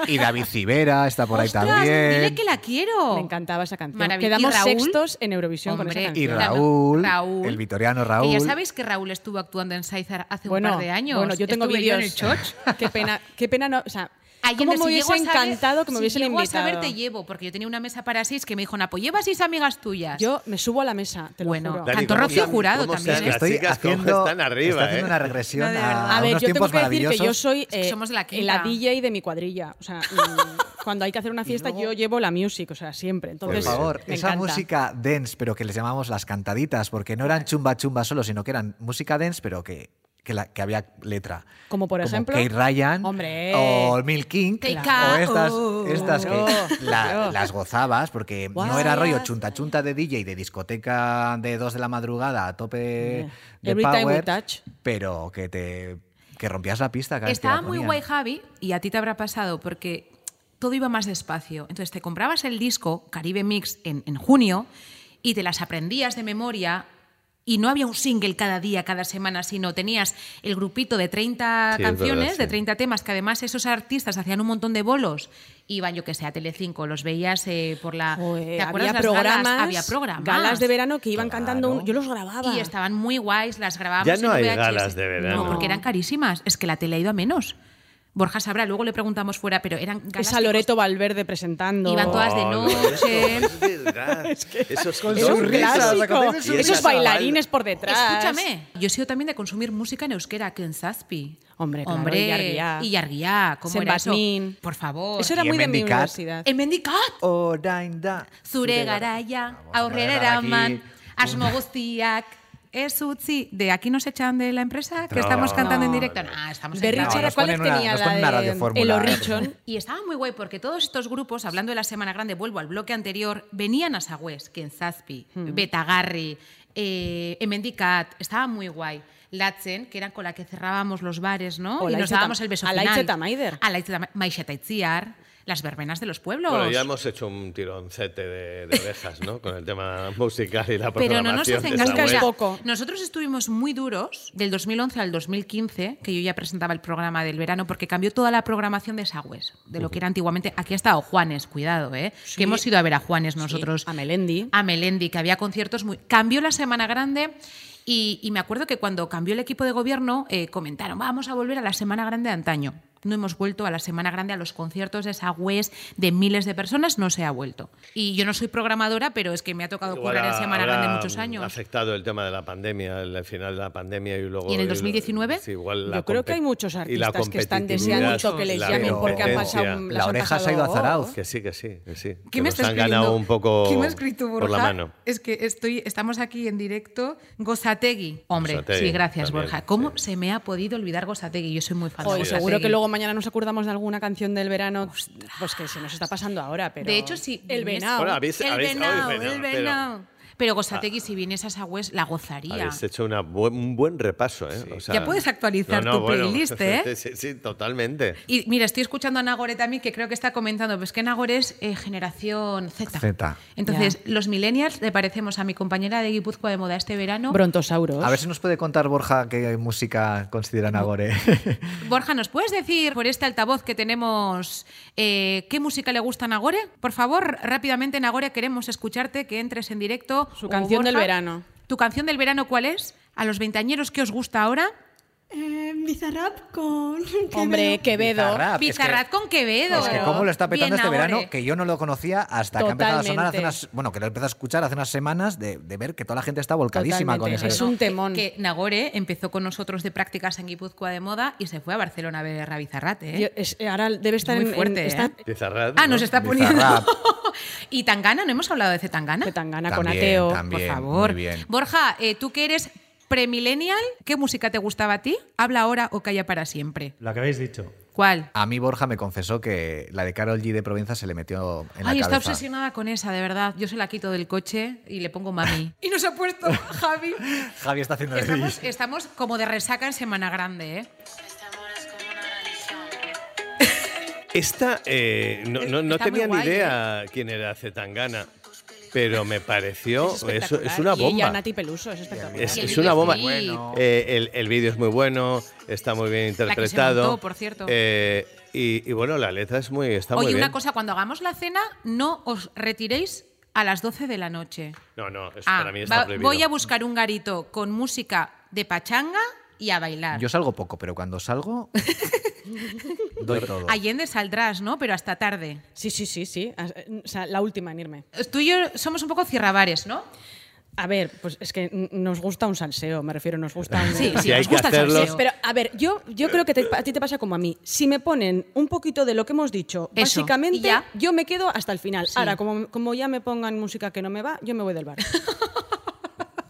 Speaker 2: y David Civera está por ahí
Speaker 1: ¡Ostras!
Speaker 2: también.
Speaker 1: Dile que la quiero.
Speaker 4: Me encantaba esa canción.
Speaker 1: Maravilloso.
Speaker 4: Quedamos
Speaker 1: ¿Y Raúl?
Speaker 4: sextos en Eurovisión con
Speaker 1: Hombre,
Speaker 4: esa
Speaker 2: Y
Speaker 4: canción.
Speaker 1: la-
Speaker 2: Raúl,
Speaker 1: Raúl.
Speaker 2: el vitoriano
Speaker 1: Que
Speaker 2: Raúl.
Speaker 1: ya sabéis que Raúl estuvo actuando en Saizar hace
Speaker 4: bueno,
Speaker 1: un par de años.
Speaker 4: bueno, yo tengo
Speaker 1: Estuve
Speaker 4: vídeos.
Speaker 1: en el
Speaker 4: <laughs>
Speaker 1: church.
Speaker 4: Qué pena, qué pena no, o sea,
Speaker 1: Allende,
Speaker 4: cómo me
Speaker 1: si llego
Speaker 4: hubiese
Speaker 1: a saber-
Speaker 4: encantado que me
Speaker 1: si
Speaker 4: hubiesen
Speaker 1: llego
Speaker 4: invitado.
Speaker 1: a saber te llevo, porque yo tenía una mesa para seis que me dijo Napo, lleva seis amigas tuyas.
Speaker 4: Yo me subo a la mesa, te
Speaker 1: Bueno,
Speaker 4: lo juro.
Speaker 1: Dani, Cantó
Speaker 3: ¿cómo
Speaker 1: Rocío
Speaker 3: están-
Speaker 1: Jurado
Speaker 3: cómo
Speaker 1: también,
Speaker 3: están
Speaker 1: ¿eh?
Speaker 2: Es que
Speaker 3: las
Speaker 2: estoy
Speaker 3: chicas? ¿Cómo
Speaker 2: haciendo,
Speaker 3: están
Speaker 2: estoy
Speaker 3: arriba,
Speaker 2: haciendo
Speaker 3: eh?
Speaker 2: una regresión
Speaker 1: No, de verdad.
Speaker 2: a,
Speaker 4: A ver,
Speaker 2: unos
Speaker 4: yo tengo
Speaker 2: tiempos
Speaker 4: que decir que
Speaker 2: maravillosos.
Speaker 4: yo soy
Speaker 1: que
Speaker 4: eh,
Speaker 1: somos de la quinta.
Speaker 4: la DJ de mi cuadrilla.
Speaker 1: <laughs>
Speaker 4: O sea, mm, cuando hay que hacer una fiesta,
Speaker 2: luego-
Speaker 4: yo llevo la music, o sea, siempre.
Speaker 2: Por
Speaker 4: Entonces,
Speaker 2: favor,
Speaker 4: me
Speaker 2: esa
Speaker 4: encanta.
Speaker 2: música dance, pero que les llamamos las cantaditas, porque no eran chumba chumba solo, sino que eran música dance, pero que, que, la- que había letra.
Speaker 4: Como por ejemplo.
Speaker 2: Kate Ryan
Speaker 4: Hombre. Uh,
Speaker 2: o Mil King
Speaker 1: Take
Speaker 2: o
Speaker 1: a-
Speaker 2: estas,
Speaker 1: oh,
Speaker 2: estas que
Speaker 4: no,
Speaker 2: la-
Speaker 4: no.
Speaker 2: las gozabas porque no
Speaker 4: Guau.
Speaker 2: era rollo chunta chunta de DJ de discoteca de 2 de la madrugada a tope de
Speaker 4: Every time
Speaker 2: power,
Speaker 4: we touch.
Speaker 2: pero que te que rompías la pista cada vez que la
Speaker 1: Estaba muy
Speaker 2: ponían.
Speaker 1: guay Javi y a ti te habrá pasado porque todo iba más despacio. Entonces te comprabas el disco Caribe Mix en, en junio y te las aprendías de memoria y no había un single cada día, cada semana, sino tenías el grupito de 30
Speaker 3: Sí, es
Speaker 1: canciones,
Speaker 3: verdad, sí.
Speaker 1: de 30 temas, que además esos artistas hacían un montón de bolos. Iban, yo que sé, a Telecinco, los veías eh, por la...
Speaker 4: Joder,
Speaker 1: ¿Te acuerdas
Speaker 4: Pues, había
Speaker 1: las galas?
Speaker 4: programas,
Speaker 1: Había programas.
Speaker 4: galas de verano que iban
Speaker 2: Claro.
Speaker 4: cantando, un- yo los grababa.
Speaker 1: Y estaban muy guays, las grabábamos.
Speaker 3: Ya no
Speaker 1: en
Speaker 3: hay
Speaker 1: VHS.
Speaker 3: galas de verano.
Speaker 1: No, porque eran carísimas. Es que la tele ha ido a menos. Borja sabrá, luego le preguntamos fuera, pero eran galas.
Speaker 4: Esa
Speaker 1: que
Speaker 4: Loreto Valverde presentando.
Speaker 1: Iban todas- de
Speaker 3: No,
Speaker 1: noche.
Speaker 3: no, es verdad. Esos
Speaker 2: Con
Speaker 3: dos
Speaker 4: Es
Speaker 2: sus
Speaker 4: un
Speaker 3: risas,
Speaker 2: risas,
Speaker 4: clásico.
Speaker 2: ¿acordáis de sus
Speaker 3: risas?
Speaker 4: Esos bailarines por detrás.
Speaker 1: Escúchame, yo he sido también de consumir música en euskera, que en Zazpi.
Speaker 4: Hombre, claro,
Speaker 1: Hombre,
Speaker 4: y Yarguiá.
Speaker 1: Y Yarguiá, ¿cómo era eso?
Speaker 4: Zenbatnin.
Speaker 1: Por favor.
Speaker 4: Eso era
Speaker 2: Y
Speaker 4: muy de mi
Speaker 2: Mendicat.
Speaker 4: universidad.
Speaker 1: En Mendicat.
Speaker 2: Oh, Orainda
Speaker 1: Zure garaia,
Speaker 2: Vamos a
Speaker 1: aurrera
Speaker 2: poner aquí
Speaker 1: eraman,
Speaker 2: un-
Speaker 1: asmo
Speaker 3: <laughs>
Speaker 1: guztiak, ez utzi. De aquí nos echan de la empresa que
Speaker 3: No,
Speaker 1: estamos cantando en
Speaker 3: no,
Speaker 1: directo.
Speaker 3: no.
Speaker 1: No, estamos en
Speaker 4: De
Speaker 1: directo.
Speaker 4: Richard,
Speaker 2: nos
Speaker 4: ¿cuál
Speaker 2: ponen una-
Speaker 4: tenía
Speaker 2: nos
Speaker 4: la
Speaker 2: ponen una radio
Speaker 4: de
Speaker 2: fórmula.
Speaker 4: El Orrichon?
Speaker 1: Y estaba muy guay porque todos estos grupos, hablando de la Semana Grande, vuelvo al bloque anterior, venían a Sagüez, que en Zazpi,
Speaker 4: Hmm.
Speaker 1: Betagarri, eh, Emendicat, estaba muy guay. Latzen, que era con la que cerrábamos los bares, ¿no?
Speaker 4: O
Speaker 1: y nos
Speaker 4: Laitze
Speaker 1: dábamos
Speaker 4: Tam-
Speaker 1: el beso
Speaker 4: a
Speaker 1: final.
Speaker 4: Laitze Tamaider.
Speaker 1: A Laitze Tam- Maixa Taitziar, las verbenas de los pueblos.
Speaker 3: Bueno, ya hemos hecho un tironcete de, de orejas, ¿no? Con el tema <laughs> musical y la
Speaker 1: Pero
Speaker 3: programación.
Speaker 1: no nos
Speaker 3: de
Speaker 1: hacen
Speaker 3: esa
Speaker 1: caso.
Speaker 4: Nunca es
Speaker 1: o sea,
Speaker 3: web.
Speaker 4: poco.
Speaker 1: Nosotros estuvimos muy duros del 2011 al 2015, que yo ya presentaba el programa del verano, porque cambió toda la programación de Sagües, de lo que era antiguamente. Aquí ha estado Juanes, cuidado, ¿eh? Que hemos ido a ver a Juanes nosotros.
Speaker 4: a Melendi.
Speaker 1: A Melendi, que había conciertos muy. Cambió la Semana Grande. Y, y me acuerdo que cuando cambió el equipo de gobierno eh, comentaron, vamos a volver a la Semana Grande de antaño. No hemos vuelto a la Semana Grande, a los conciertos de Sagües de miles de personas, no se ha vuelto. Y yo no soy programadora, pero es que me ha tocado
Speaker 3: Igual
Speaker 1: currar en
Speaker 3: ha-
Speaker 1: Semana Grande
Speaker 3: habrá
Speaker 1: muchos años.
Speaker 3: afectado el tema de la pandemia, el final de la pandemia y luego...
Speaker 1: ¿Y en el
Speaker 3: lo-
Speaker 1: 2019?
Speaker 3: sí, igual la
Speaker 4: Yo creo que
Speaker 3: compe-
Speaker 4: hay muchos
Speaker 3: y la
Speaker 4: artistas que están
Speaker 3: competitividad,
Speaker 4: deseando que les
Speaker 3: la
Speaker 4: llamen porque han
Speaker 3: competencia.
Speaker 4: pasado.
Speaker 2: La oreja se ha ido a Zarauz.
Speaker 4: Zarauz.
Speaker 3: Que sí, que sí, que sí.
Speaker 1: ¿Qué
Speaker 3: que
Speaker 1: me
Speaker 3: nos
Speaker 1: está
Speaker 3: han
Speaker 1: escribiendo?
Speaker 3: ganado un poco
Speaker 1: ¿Qué me ha escrito Borja?
Speaker 3: por la mano.
Speaker 1: Es que estoy, estamos aquí en directo. Gozategui. Hombre,
Speaker 3: Gozategui,
Speaker 1: sí, gracias,
Speaker 3: también,
Speaker 1: Borja. ¿Cómo
Speaker 3: sí.
Speaker 1: se me ha podido olvidar Gozategui? Yo soy muy fan de
Speaker 4: Hoy
Speaker 1: Gozategui.
Speaker 4: seguro que luego mañana nos acordamos de alguna canción del verano, pues que se nos está pasando ahora, pero
Speaker 1: De hecho, sí. este
Speaker 4: el
Speaker 1: viniese-
Speaker 4: venado.
Speaker 3: Bueno, habéis-
Speaker 1: el
Speaker 3: habéis-
Speaker 1: venado,
Speaker 3: habéis venado,
Speaker 1: el
Speaker 3: pero- Ah.
Speaker 1: venado. Pero, Gozategui, si vienes a Sagües, la gozaría.
Speaker 3: Habéis hecho una bu- un buen repaso, ¿eh? O sea-
Speaker 1: Ya puedes actualizar tu playlist, ¿eh?
Speaker 3: <laughs> Sí, sí, totalmente.
Speaker 1: Y mira, estoy escuchando a Nagore también, que creo que está comentando, pues que Nagore es eh, generación Z.
Speaker 2: Z.
Speaker 1: Entonces, los millennials le parecemos a mi compañera de Guipúzcoa de Moda este verano.
Speaker 4: Brontosauros.
Speaker 2: A ver si nos puede contar Borja qué música consideran Agore.
Speaker 1: Borja, ¿nos puedes decir por este altavoz que tenemos eh, qué música le gusta a Nagore? Por favor, rápidamente, Nagore, queremos escucharte, que entres en directo.
Speaker 4: Su
Speaker 1: O
Speaker 4: canción del verano.
Speaker 1: ¿Tu canción del verano cuál es? ¿A los veintañeros qué os gusta ahora?
Speaker 6: Eh, Bizarrap con.
Speaker 4: Hombre, Quevedo.
Speaker 2: Bizarrap. Ah, Es que-
Speaker 1: Pizarrat con Quevedo.
Speaker 2: Es que cómo lo está petando
Speaker 1: Bien,
Speaker 2: este
Speaker 1: Nagore.
Speaker 2: verano, que yo no lo conocía hasta que ha empezado a sonar hace
Speaker 4: Totalmente.
Speaker 2: unas, bueno, que lo he empezado a escuchar hace unas semanas de, de ver que toda la gente está volcadísima
Speaker 4: Totalmente.
Speaker 2: con
Speaker 4: Es
Speaker 2: ese.
Speaker 4: un temón.
Speaker 1: Que, que Nagore empezó con nosotros de prácticas en Guipúzcoa de Moda y se fue a Barcelona a ver a Bizarrat, ¿eh?
Speaker 4: Yo- es- ahora debe estar
Speaker 1: Muy
Speaker 4: en- en-
Speaker 1: fuerte,
Speaker 4: está
Speaker 1: ¿eh?
Speaker 3: Pizarrat,
Speaker 1: Ah,
Speaker 3: ¿no?
Speaker 1: nos está
Speaker 2: Bizarrap.
Speaker 1: poniendo. <laughs> y Tangana, ¿no hemos hablado de Zetangana?
Speaker 4: Zetangana con
Speaker 2: También,
Speaker 4: Ateo.
Speaker 2: también.
Speaker 1: Por
Speaker 2: Bien,
Speaker 1: favor.
Speaker 2: muy bien.
Speaker 1: Borja, eh, tú que eres premillennial, ¿qué música te gustaba a ti? Habla ahora o calla para siempre.
Speaker 7: Lo que habéis dicho.
Speaker 1: ¿Cuál?
Speaker 2: A mí Borja me confesó que la de Carol G de Provenza se le metió en la
Speaker 1: Ay,
Speaker 2: cabeza.
Speaker 1: está obsesionada con esa, de verdad. Yo se la quito del coche y le pongo
Speaker 2: <laughs>
Speaker 1: mami. y nos ha puesto Javi.
Speaker 2: <laughs> Javi está haciendo el
Speaker 1: Estamos, estamos como de resaca en Semana Grande, ¿eh?
Speaker 3: Esta, eh, no, no- no
Speaker 1: Está muy
Speaker 3: tenía ni
Speaker 1: guay, ¿eh?
Speaker 3: idea quién era Zetangana, pero me pareció,
Speaker 4: Es
Speaker 3: eso- es,
Speaker 4: espectacular.
Speaker 3: una
Speaker 4: Y ella,
Speaker 3: bomba.
Speaker 4: Nati Peluso, es espectacular.
Speaker 3: Es,
Speaker 1: Y el
Speaker 3: es una bomba.
Speaker 1: videoclip.
Speaker 3: Eh, el el vídeo es muy bueno, está muy bien
Speaker 1: se
Speaker 3: interpretado.
Speaker 1: montó, por cierto.
Speaker 3: Eh, y, y bueno, la letra es muy, está muy
Speaker 1: Oye,
Speaker 3: bien.
Speaker 1: una cosa, cuando hagamos la cena, no os retiréis a las 12 de la noche.
Speaker 3: No, no, eso
Speaker 1: Ah,
Speaker 3: Pues para mí está
Speaker 1: va-
Speaker 3: prohibido.
Speaker 1: voy a buscar un garito con música de pachanga y a bailar.
Speaker 2: Yo salgo poco, pero
Speaker 1: <laughs>
Speaker 2: cuando salgo, doy todo.
Speaker 1: Allende saldrás, ¿no? Pero hasta tarde.
Speaker 4: Sí, sí, sí, sí. As- O sea, la última en irme.
Speaker 1: Tú y yo somos un poco cierrabares, ¿no?
Speaker 4: A ver, pues es que n- nos gusta un salseo, me refiero, nos gusta un...
Speaker 1: Sí, sí,
Speaker 3: Si hay
Speaker 1: nos
Speaker 3: que
Speaker 1: gusta el
Speaker 3: hacerlo-
Speaker 1: salseo.
Speaker 4: Pero, a ver, yo, yo creo que te- a ti te pasa como a mí. Si me ponen un poquito de lo que hemos dicho,
Speaker 1: Eso,
Speaker 4: básicamente
Speaker 1: y ya.
Speaker 4: yo me quedo hasta el final.
Speaker 1: Sí.
Speaker 4: Ahora, como, como ya me pongan música que no me va, yo me voy del bar.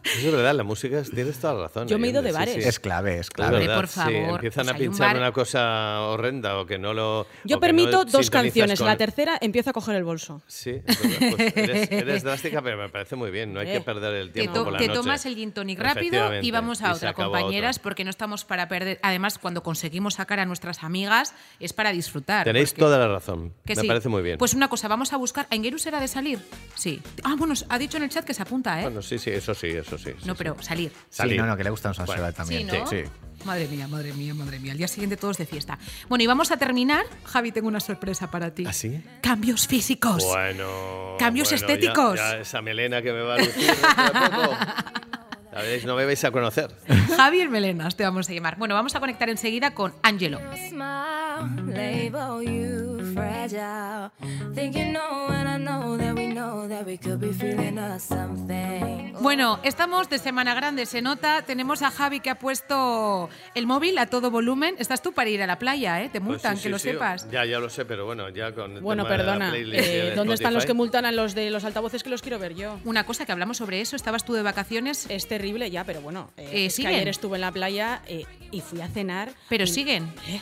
Speaker 3: Eso es verdad, la música, es- tienes toda la razón.
Speaker 4: Yo me he ido de
Speaker 3: Allende, sí,
Speaker 4: bares.
Speaker 3: sí.
Speaker 2: Es clave, es
Speaker 3: Es
Speaker 2: clave.
Speaker 1: Hombre,
Speaker 3: verdad,
Speaker 1: por
Speaker 3: sí,
Speaker 1: favor,
Speaker 3: empiezan
Speaker 1: pues
Speaker 3: a
Speaker 1: hay un
Speaker 3: pinchar
Speaker 1: bar-
Speaker 3: una cosa horrenda o que no lo.
Speaker 4: Yo
Speaker 3: o que no
Speaker 4: permito dos
Speaker 3: sintonizas
Speaker 4: canciones,
Speaker 3: con-
Speaker 4: la tercera empiezo a coger el bolso.
Speaker 3: Sí, es verdad,
Speaker 1: <laughs>
Speaker 3: pues eres, eres drástica, pero me parece muy bien. No hay
Speaker 4: Eh,
Speaker 3: que perder el
Speaker 1: Te,
Speaker 3: tiempo
Speaker 1: to-
Speaker 3: por la
Speaker 1: te
Speaker 3: noche.
Speaker 1: tomas el gin tonic rápido y
Speaker 3: Efectivamente,
Speaker 1: vamos a
Speaker 3: y se
Speaker 1: otra,
Speaker 3: acabó
Speaker 1: compañeras,
Speaker 3: otro.
Speaker 1: porque no estamos para perder. Además, cuando conseguimos sacar a nuestras amigas, es para disfrutar.
Speaker 3: Tenéis
Speaker 1: porque-
Speaker 3: toda la razón.
Speaker 1: que
Speaker 3: me
Speaker 1: sí.
Speaker 3: parece muy bien.
Speaker 1: Pues una cosa, vamos a buscar. ¿A Ingeru será de salir? Sí. Ah, bueno, ha dicho en el chat que se apunta, ¿eh?
Speaker 3: bueno, sí, sí, eso sí, eso sí. sí,
Speaker 1: no,
Speaker 3: sí.
Speaker 1: pero salir.
Speaker 2: Sí,
Speaker 3: Salir.
Speaker 2: no, no, que le gusta un salseo
Speaker 3: Bueno,
Speaker 2: también.
Speaker 1: Sí, ¿no? Madre mía, madre mía, madre mía. Al día siguiente todos de fiesta. Bueno, y vamos a terminar. Javi, tengo una sorpresa para ti.
Speaker 3: ¿Ah, sí?
Speaker 1: Cambios físicos. <laughs>
Speaker 3: Bueno.
Speaker 1: Cambios
Speaker 3: bueno, ya-
Speaker 1: estéticos.
Speaker 3: ya esa melena que me va a lucir dentro de poco. A ver, no me vais a conocer.
Speaker 1: Javier Melenas, te vamos a llamar. Bueno, vamos a conectar enseguida con Angelo.
Speaker 5: Smile, label you fragile. Think you know, and I know that we know that we could be feeling us something.
Speaker 1: Bueno, estamos de Semana Grande, se nota. Tenemos a Javi que ha puesto el móvil a todo volumen. Estás tú para ir a la playa, ¿eh? Te
Speaker 3: Pues sí,
Speaker 1: multan,
Speaker 3: sí,
Speaker 1: que lo
Speaker 3: sí,
Speaker 1: sepas.
Speaker 3: Ya, ya lo sé, pero bueno, ya con. el
Speaker 4: Bueno,
Speaker 3: tema de la
Speaker 4: perdona,
Speaker 3: playlist y
Speaker 4: eh,
Speaker 3: de
Speaker 4: ¿dónde están los que
Speaker 3: Spotify,
Speaker 4: multan a los de los altavoces que los quiero ver yo?
Speaker 1: Una cosa que hablamos sobre eso, estabas tú de vacaciones,
Speaker 4: Es terrible ya, pero bueno. eh,
Speaker 1: Eh,
Speaker 4: es que
Speaker 1: siguen.
Speaker 4: ayer estuve en la playa eh, y fui a cenar.
Speaker 1: pero
Speaker 4: y-
Speaker 1: siguen.
Speaker 4: ¿Eh?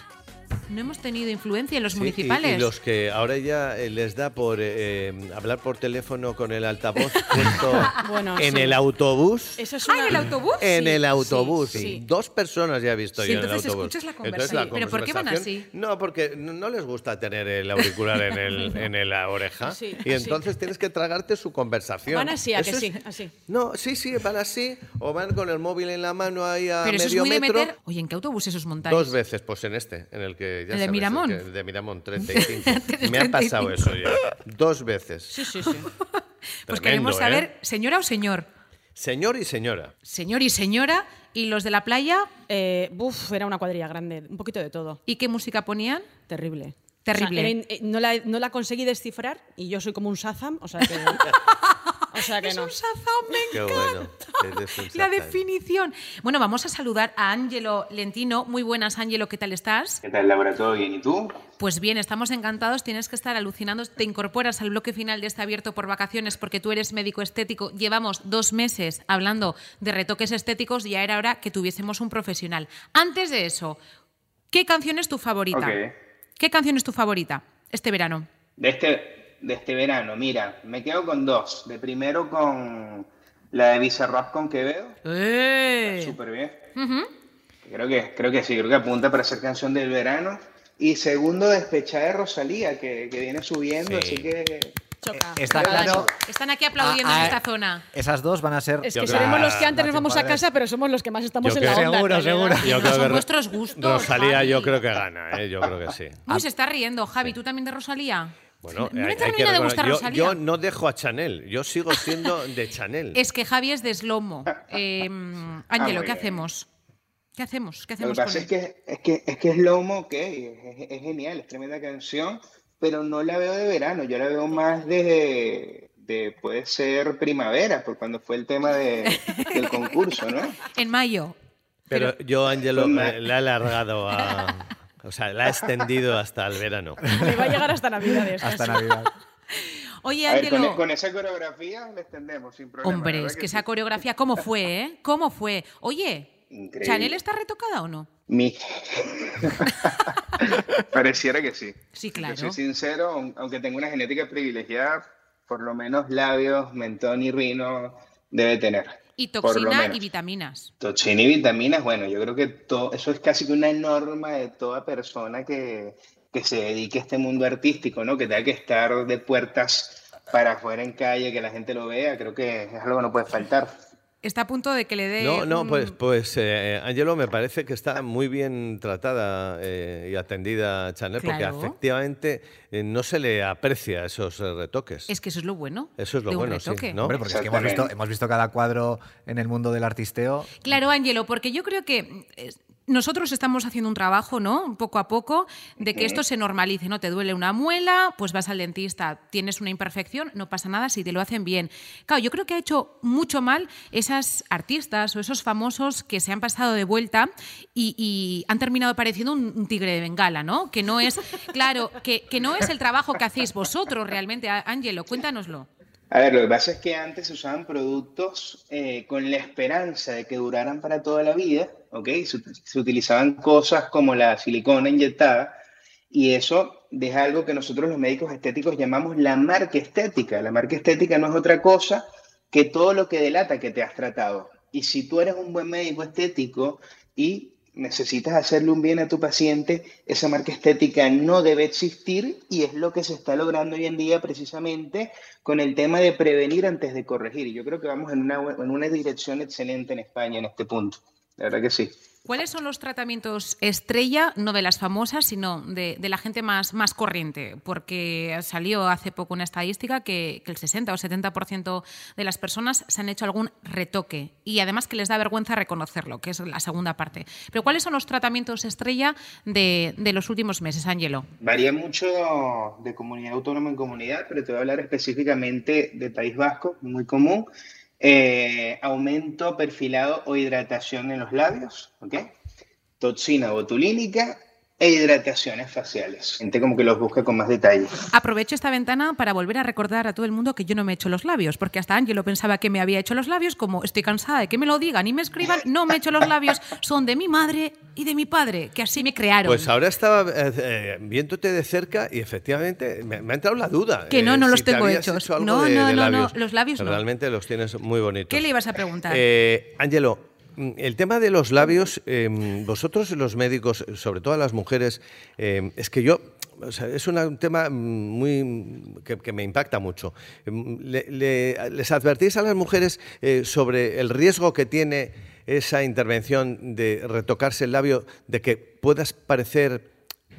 Speaker 1: No hemos tenido influencia en los
Speaker 3: Sí, y-
Speaker 1: municipales.
Speaker 3: Y, los que ahora ya eh, les da por eh, eh, hablar por teléfono con el altavoz <laughs> puesto
Speaker 4: Bueno,
Speaker 3: en
Speaker 4: sí.
Speaker 3: el autobús.
Speaker 4: Eso es
Speaker 1: Ah,
Speaker 4: una-
Speaker 1: ¿en el autobús?
Speaker 3: En
Speaker 4: Sí,
Speaker 3: el
Speaker 4: sí,
Speaker 3: autobús.
Speaker 4: sí.
Speaker 3: Dos personas ya he visto
Speaker 1: Sí,
Speaker 3: yo en el
Speaker 1: entonces
Speaker 3: autobús.
Speaker 1: escuchas la
Speaker 3: Entonces,
Speaker 1: conversación. ¿Pero por qué van
Speaker 3: conversación-
Speaker 1: así?
Speaker 3: No, porque no no les gusta tener el auricular
Speaker 1: <laughs>
Speaker 3: en, el, en el- la oreja.
Speaker 4: Sí,
Speaker 3: y
Speaker 4: sí.
Speaker 3: entonces tienes que tragarte su conversación.
Speaker 4: Van así, ¿a que
Speaker 3: Eso es-
Speaker 4: sí? Así.
Speaker 3: No, sí, sí, van así. O van con el móvil en la mano ahí a
Speaker 1: Pero eso es
Speaker 3: medio
Speaker 1: muy de
Speaker 3: metro.
Speaker 1: meter. Oye, ¿en qué autobuses os montáis?
Speaker 3: Dos veces, pues en este, en el que ya
Speaker 1: ¿El de
Speaker 3: sabes,
Speaker 1: Miramón?
Speaker 3: que- el
Speaker 1: <laughs>
Speaker 3: de Miramón 35.
Speaker 1: Del
Speaker 3: Me ha pasado
Speaker 1: 35.
Speaker 3: eso ya. Dos veces.
Speaker 4: Sí,
Speaker 1: <laughs>
Speaker 4: sí, sí.
Speaker 1: Pues
Speaker 3: Tremendo,
Speaker 1: queremos
Speaker 3: ¿eh?
Speaker 1: saber, señora o señor,
Speaker 3: Señor y señora.
Speaker 1: señor y señora, y los de la playa,
Speaker 4: Eh, buf, era una cuadrilla grande, un poquito de todo.
Speaker 1: ¿y qué música ponían?
Speaker 4: Terrible.
Speaker 1: Terrible.
Speaker 4: O sea, era in- eh, no, la, no la conseguí descifrar y yo soy como un Shazam,
Speaker 1: <laughs>
Speaker 4: o sea que. o sea que
Speaker 1: es
Speaker 4: no.
Speaker 1: un Shazam, me
Speaker 3: Qué
Speaker 1: encanta.
Speaker 3: bueno, eres un
Speaker 1: La
Speaker 3: Shazam.
Speaker 1: definición. Bueno, vamos a saludar a Ángelo Lentino. Muy buenas, Ángelo, ¿qué tal estás?
Speaker 7: ¿Qué tal, Laura? ¿Todo bien? ¿Y tú?
Speaker 1: Pues bien, estamos encantados. Tienes que estar alucinando. Te incorporas al bloque final de este abierto por vacaciones porque tú eres médico estético. Llevamos dos meses hablando de retoques estéticos y ya era hora que tuviésemos un profesional. Antes de eso, ¿qué canción es tu favorita?
Speaker 7: Ok.
Speaker 1: ¿Qué canción es tu favorita este verano?
Speaker 7: De este, de este verano, mira, me quedo con dos. De primero con la de Bizarrap con Quevedo.
Speaker 3: ¡Eh!
Speaker 7: Súper bien. Creo que, creo que sí, creo que apunta para ser canción del verano. Y segundo, Despechada de Rosalía, que, que viene subiendo,
Speaker 3: Sí.
Speaker 7: así que...
Speaker 4: Choca.
Speaker 2: Eh, Está
Speaker 7: Claro.
Speaker 2: claro.
Speaker 1: Están aquí aplaudiendo
Speaker 2: Ah,
Speaker 1: en
Speaker 2: ah,
Speaker 1: esta zona.
Speaker 2: Esas dos van a ser.
Speaker 4: Es
Speaker 3: Yo
Speaker 4: que
Speaker 3: creo-
Speaker 4: seremos
Speaker 3: Ah,
Speaker 4: los que antes
Speaker 2: no
Speaker 4: nos
Speaker 2: te
Speaker 4: vamos a
Speaker 2: enfadas.
Speaker 4: casa, pero somos los que más estamos
Speaker 3: Yo
Speaker 4: en la
Speaker 3: creo-
Speaker 4: onda. en
Speaker 2: Seguro,
Speaker 4: realidad.
Speaker 2: seguro.
Speaker 1: Yo
Speaker 3: creo
Speaker 1: son
Speaker 3: que Ro-
Speaker 1: vuestros gustos.
Speaker 3: Rosalía
Speaker 1: Javi.
Speaker 3: yo creo que gana, ¿eh? yo creo que sí.
Speaker 1: Uy, se está riendo, Javi. ¿Tú también de Rosalía?
Speaker 3: Bueno,
Speaker 1: no
Speaker 3: hay-
Speaker 1: me
Speaker 3: hay
Speaker 1: termina
Speaker 3: que
Speaker 1: de
Speaker 3: reconocer-
Speaker 1: gustar
Speaker 3: yo,
Speaker 1: Rosalía.
Speaker 3: yo no dejo a Chanel, yo sigo siendo de Chanel.
Speaker 1: Es que Javi es de eslomo. Eh, Ángelo,
Speaker 7: Ah, muy
Speaker 1: ¿qué
Speaker 7: bien.
Speaker 1: hacemos? ¿Qué hacemos? ¿Qué
Speaker 7: Lo que
Speaker 1: hacemos con
Speaker 7: pasa
Speaker 1: él?
Speaker 7: es que, es que es que es Lomo, ok, es, es- es genial, es tremenda canción, pero no la veo de verano, yo la veo más de, de puede ser primavera, por cuando fue el
Speaker 1: <laughs>
Speaker 7: tema de, del concurso, ¿no?
Speaker 1: En mayo.
Speaker 3: pero, yo, Ángelo,
Speaker 7: Toma.
Speaker 3: eh, la he alargado a... O sea, la he extendido hasta el verano.
Speaker 4: Me va a llegar hasta Navidades.
Speaker 2: Hasta
Speaker 4: casi.
Speaker 2: Navidad.
Speaker 3: <laughs>
Speaker 1: Oye,
Speaker 7: A ver, con,
Speaker 1: Ángelo.
Speaker 7: con esa coreografía le extendemos sin problema.
Speaker 1: Hombre,
Speaker 7: ¿verdad
Speaker 1: es que
Speaker 7: que
Speaker 1: esa
Speaker 7: sí?
Speaker 1: coreografía, ¿cómo fue, eh? ¿Cómo fue? Oye,
Speaker 7: Increíble.
Speaker 1: ¿Chanel está retocada o no?
Speaker 7: Mi- <laughs> Pareciera que sí.
Speaker 1: Sí,
Speaker 7: Si te
Speaker 1: claro.
Speaker 7: Soy sincero, aun- aunque tengo una genética privilegiada, por lo menos labios, mentón y rino debe tener.
Speaker 1: Y
Speaker 7: por lo
Speaker 1: toxina
Speaker 7: menos.
Speaker 1: y vitaminas.
Speaker 7: Toxina y vitaminas, bueno, yo creo que to- eso es casi que una norma de toda persona que, que se dedique a este mundo artístico, ¿no? Que tenga que estar de puertas para afuera en calle, que la gente lo vea, creo que es algo que no puede faltar.
Speaker 1: Está a punto de que le dé.
Speaker 3: No, no,
Speaker 1: un-
Speaker 3: pues, pues eh, Angelo, me parece que está muy bien tratada eh, y atendida Chanel,
Speaker 1: Claro.
Speaker 3: porque efectivamente eh, no se le aprecia esos eh, retoques.
Speaker 1: Es que eso es lo bueno.
Speaker 3: Eso es lo
Speaker 1: de un
Speaker 3: bueno, sí,
Speaker 1: retoque.
Speaker 3: ¿no?
Speaker 2: Hombre, porque es que hemos visto,
Speaker 7: Exactamente.
Speaker 2: hemos visto cada cuadro en el mundo del artisteo.
Speaker 1: Claro, Ángelo, porque yo creo que eh, nosotros estamos haciendo un trabajo, ¿no? Poco a poco, de que esto se normalice, ¿no? Te duele una muela, pues vas al dentista, tienes una imperfección, no pasa nada si te lo hacen bien. Claro, yo creo que ha hecho mucho mal esas artistas o esos famosos que se han pasado de vuelta y, y han terminado pareciendo un, un tigre de bengala, ¿no? Que no es, claro, que, que no es el trabajo que hacéis vosotros realmente, Á- Ángelo, cuéntanoslo.
Speaker 7: A ver, lo que pasa es que antes se usaban productos eh, con la esperanza de que duraran para toda la vida, ¿ok? Se, ut- se utilizaban cosas como la silicona inyectada y eso deja algo que nosotros los médicos estéticos llamamos la marca estética. La marca estética no es otra cosa que todo lo que delata que te has tratado. Y si tú eres un buen médico estético y necesitas hacerle un bien a tu paciente, esa marca estética no debe existir y es lo que se está logrando hoy en día precisamente con el tema de prevenir antes de corregir. Y yo creo que vamos en una, bu- en una dirección excelente en España en este punto. La verdad que sí.
Speaker 1: ¿Cuáles son los tratamientos estrella, no de las famosas, sino de, de la gente más, más corriente? Porque salió hace poco una estadística que, que el 60 o 70% de las personas se han hecho algún retoque y además que les da vergüenza reconocerlo, que es la segunda parte. Pero ¿cuáles son los tratamientos estrella de, de los últimos meses, Ángelo?
Speaker 7: Varía mucho de comunidad autónoma en comunidad, pero te voy a hablar específicamente de País Vasco, muy común. Eh, aumento perfilado o hidratación en los labios, ¿ok? Toxina botulínica e hidrataciones faciales. Gente como que los busca con más detalle.
Speaker 1: Aprovecho esta ventana para volver a recordar a todo el mundo que yo no me he hecho los labios, porque hasta Ángelo pensaba que me había hecho los labios, como estoy cansada de que me lo digan y me escriban, no me he hecho los labios, son de mi madre y de mi padre, que así me crearon.
Speaker 3: Pues ahora estaba eh, eh, viéndote de cerca y efectivamente me, me ha entrado la duda.
Speaker 1: Que no,
Speaker 3: eh,
Speaker 1: no los
Speaker 3: si te
Speaker 1: tengo
Speaker 3: habías
Speaker 1: hechos.
Speaker 3: hecho algo
Speaker 1: No,
Speaker 3: de-
Speaker 1: no,
Speaker 3: de
Speaker 1: no, no,
Speaker 3: labios.
Speaker 1: los labios no.
Speaker 3: Realmente los tienes muy bonitos.
Speaker 1: ¿Qué le ibas a preguntar?
Speaker 3: Eh, Ángelo, mm, el tema de los labios, eh, vosotros los médicos, sobre todo las mujeres, eh, es que yo... o sea, es una- un tema mm, muy mm, que, que me impacta mucho. Mm, le- le- ¿Les advertís a las mujeres eh, sobre el riesgo que tiene esa intervención de retocarse el labio, de que puedas parecer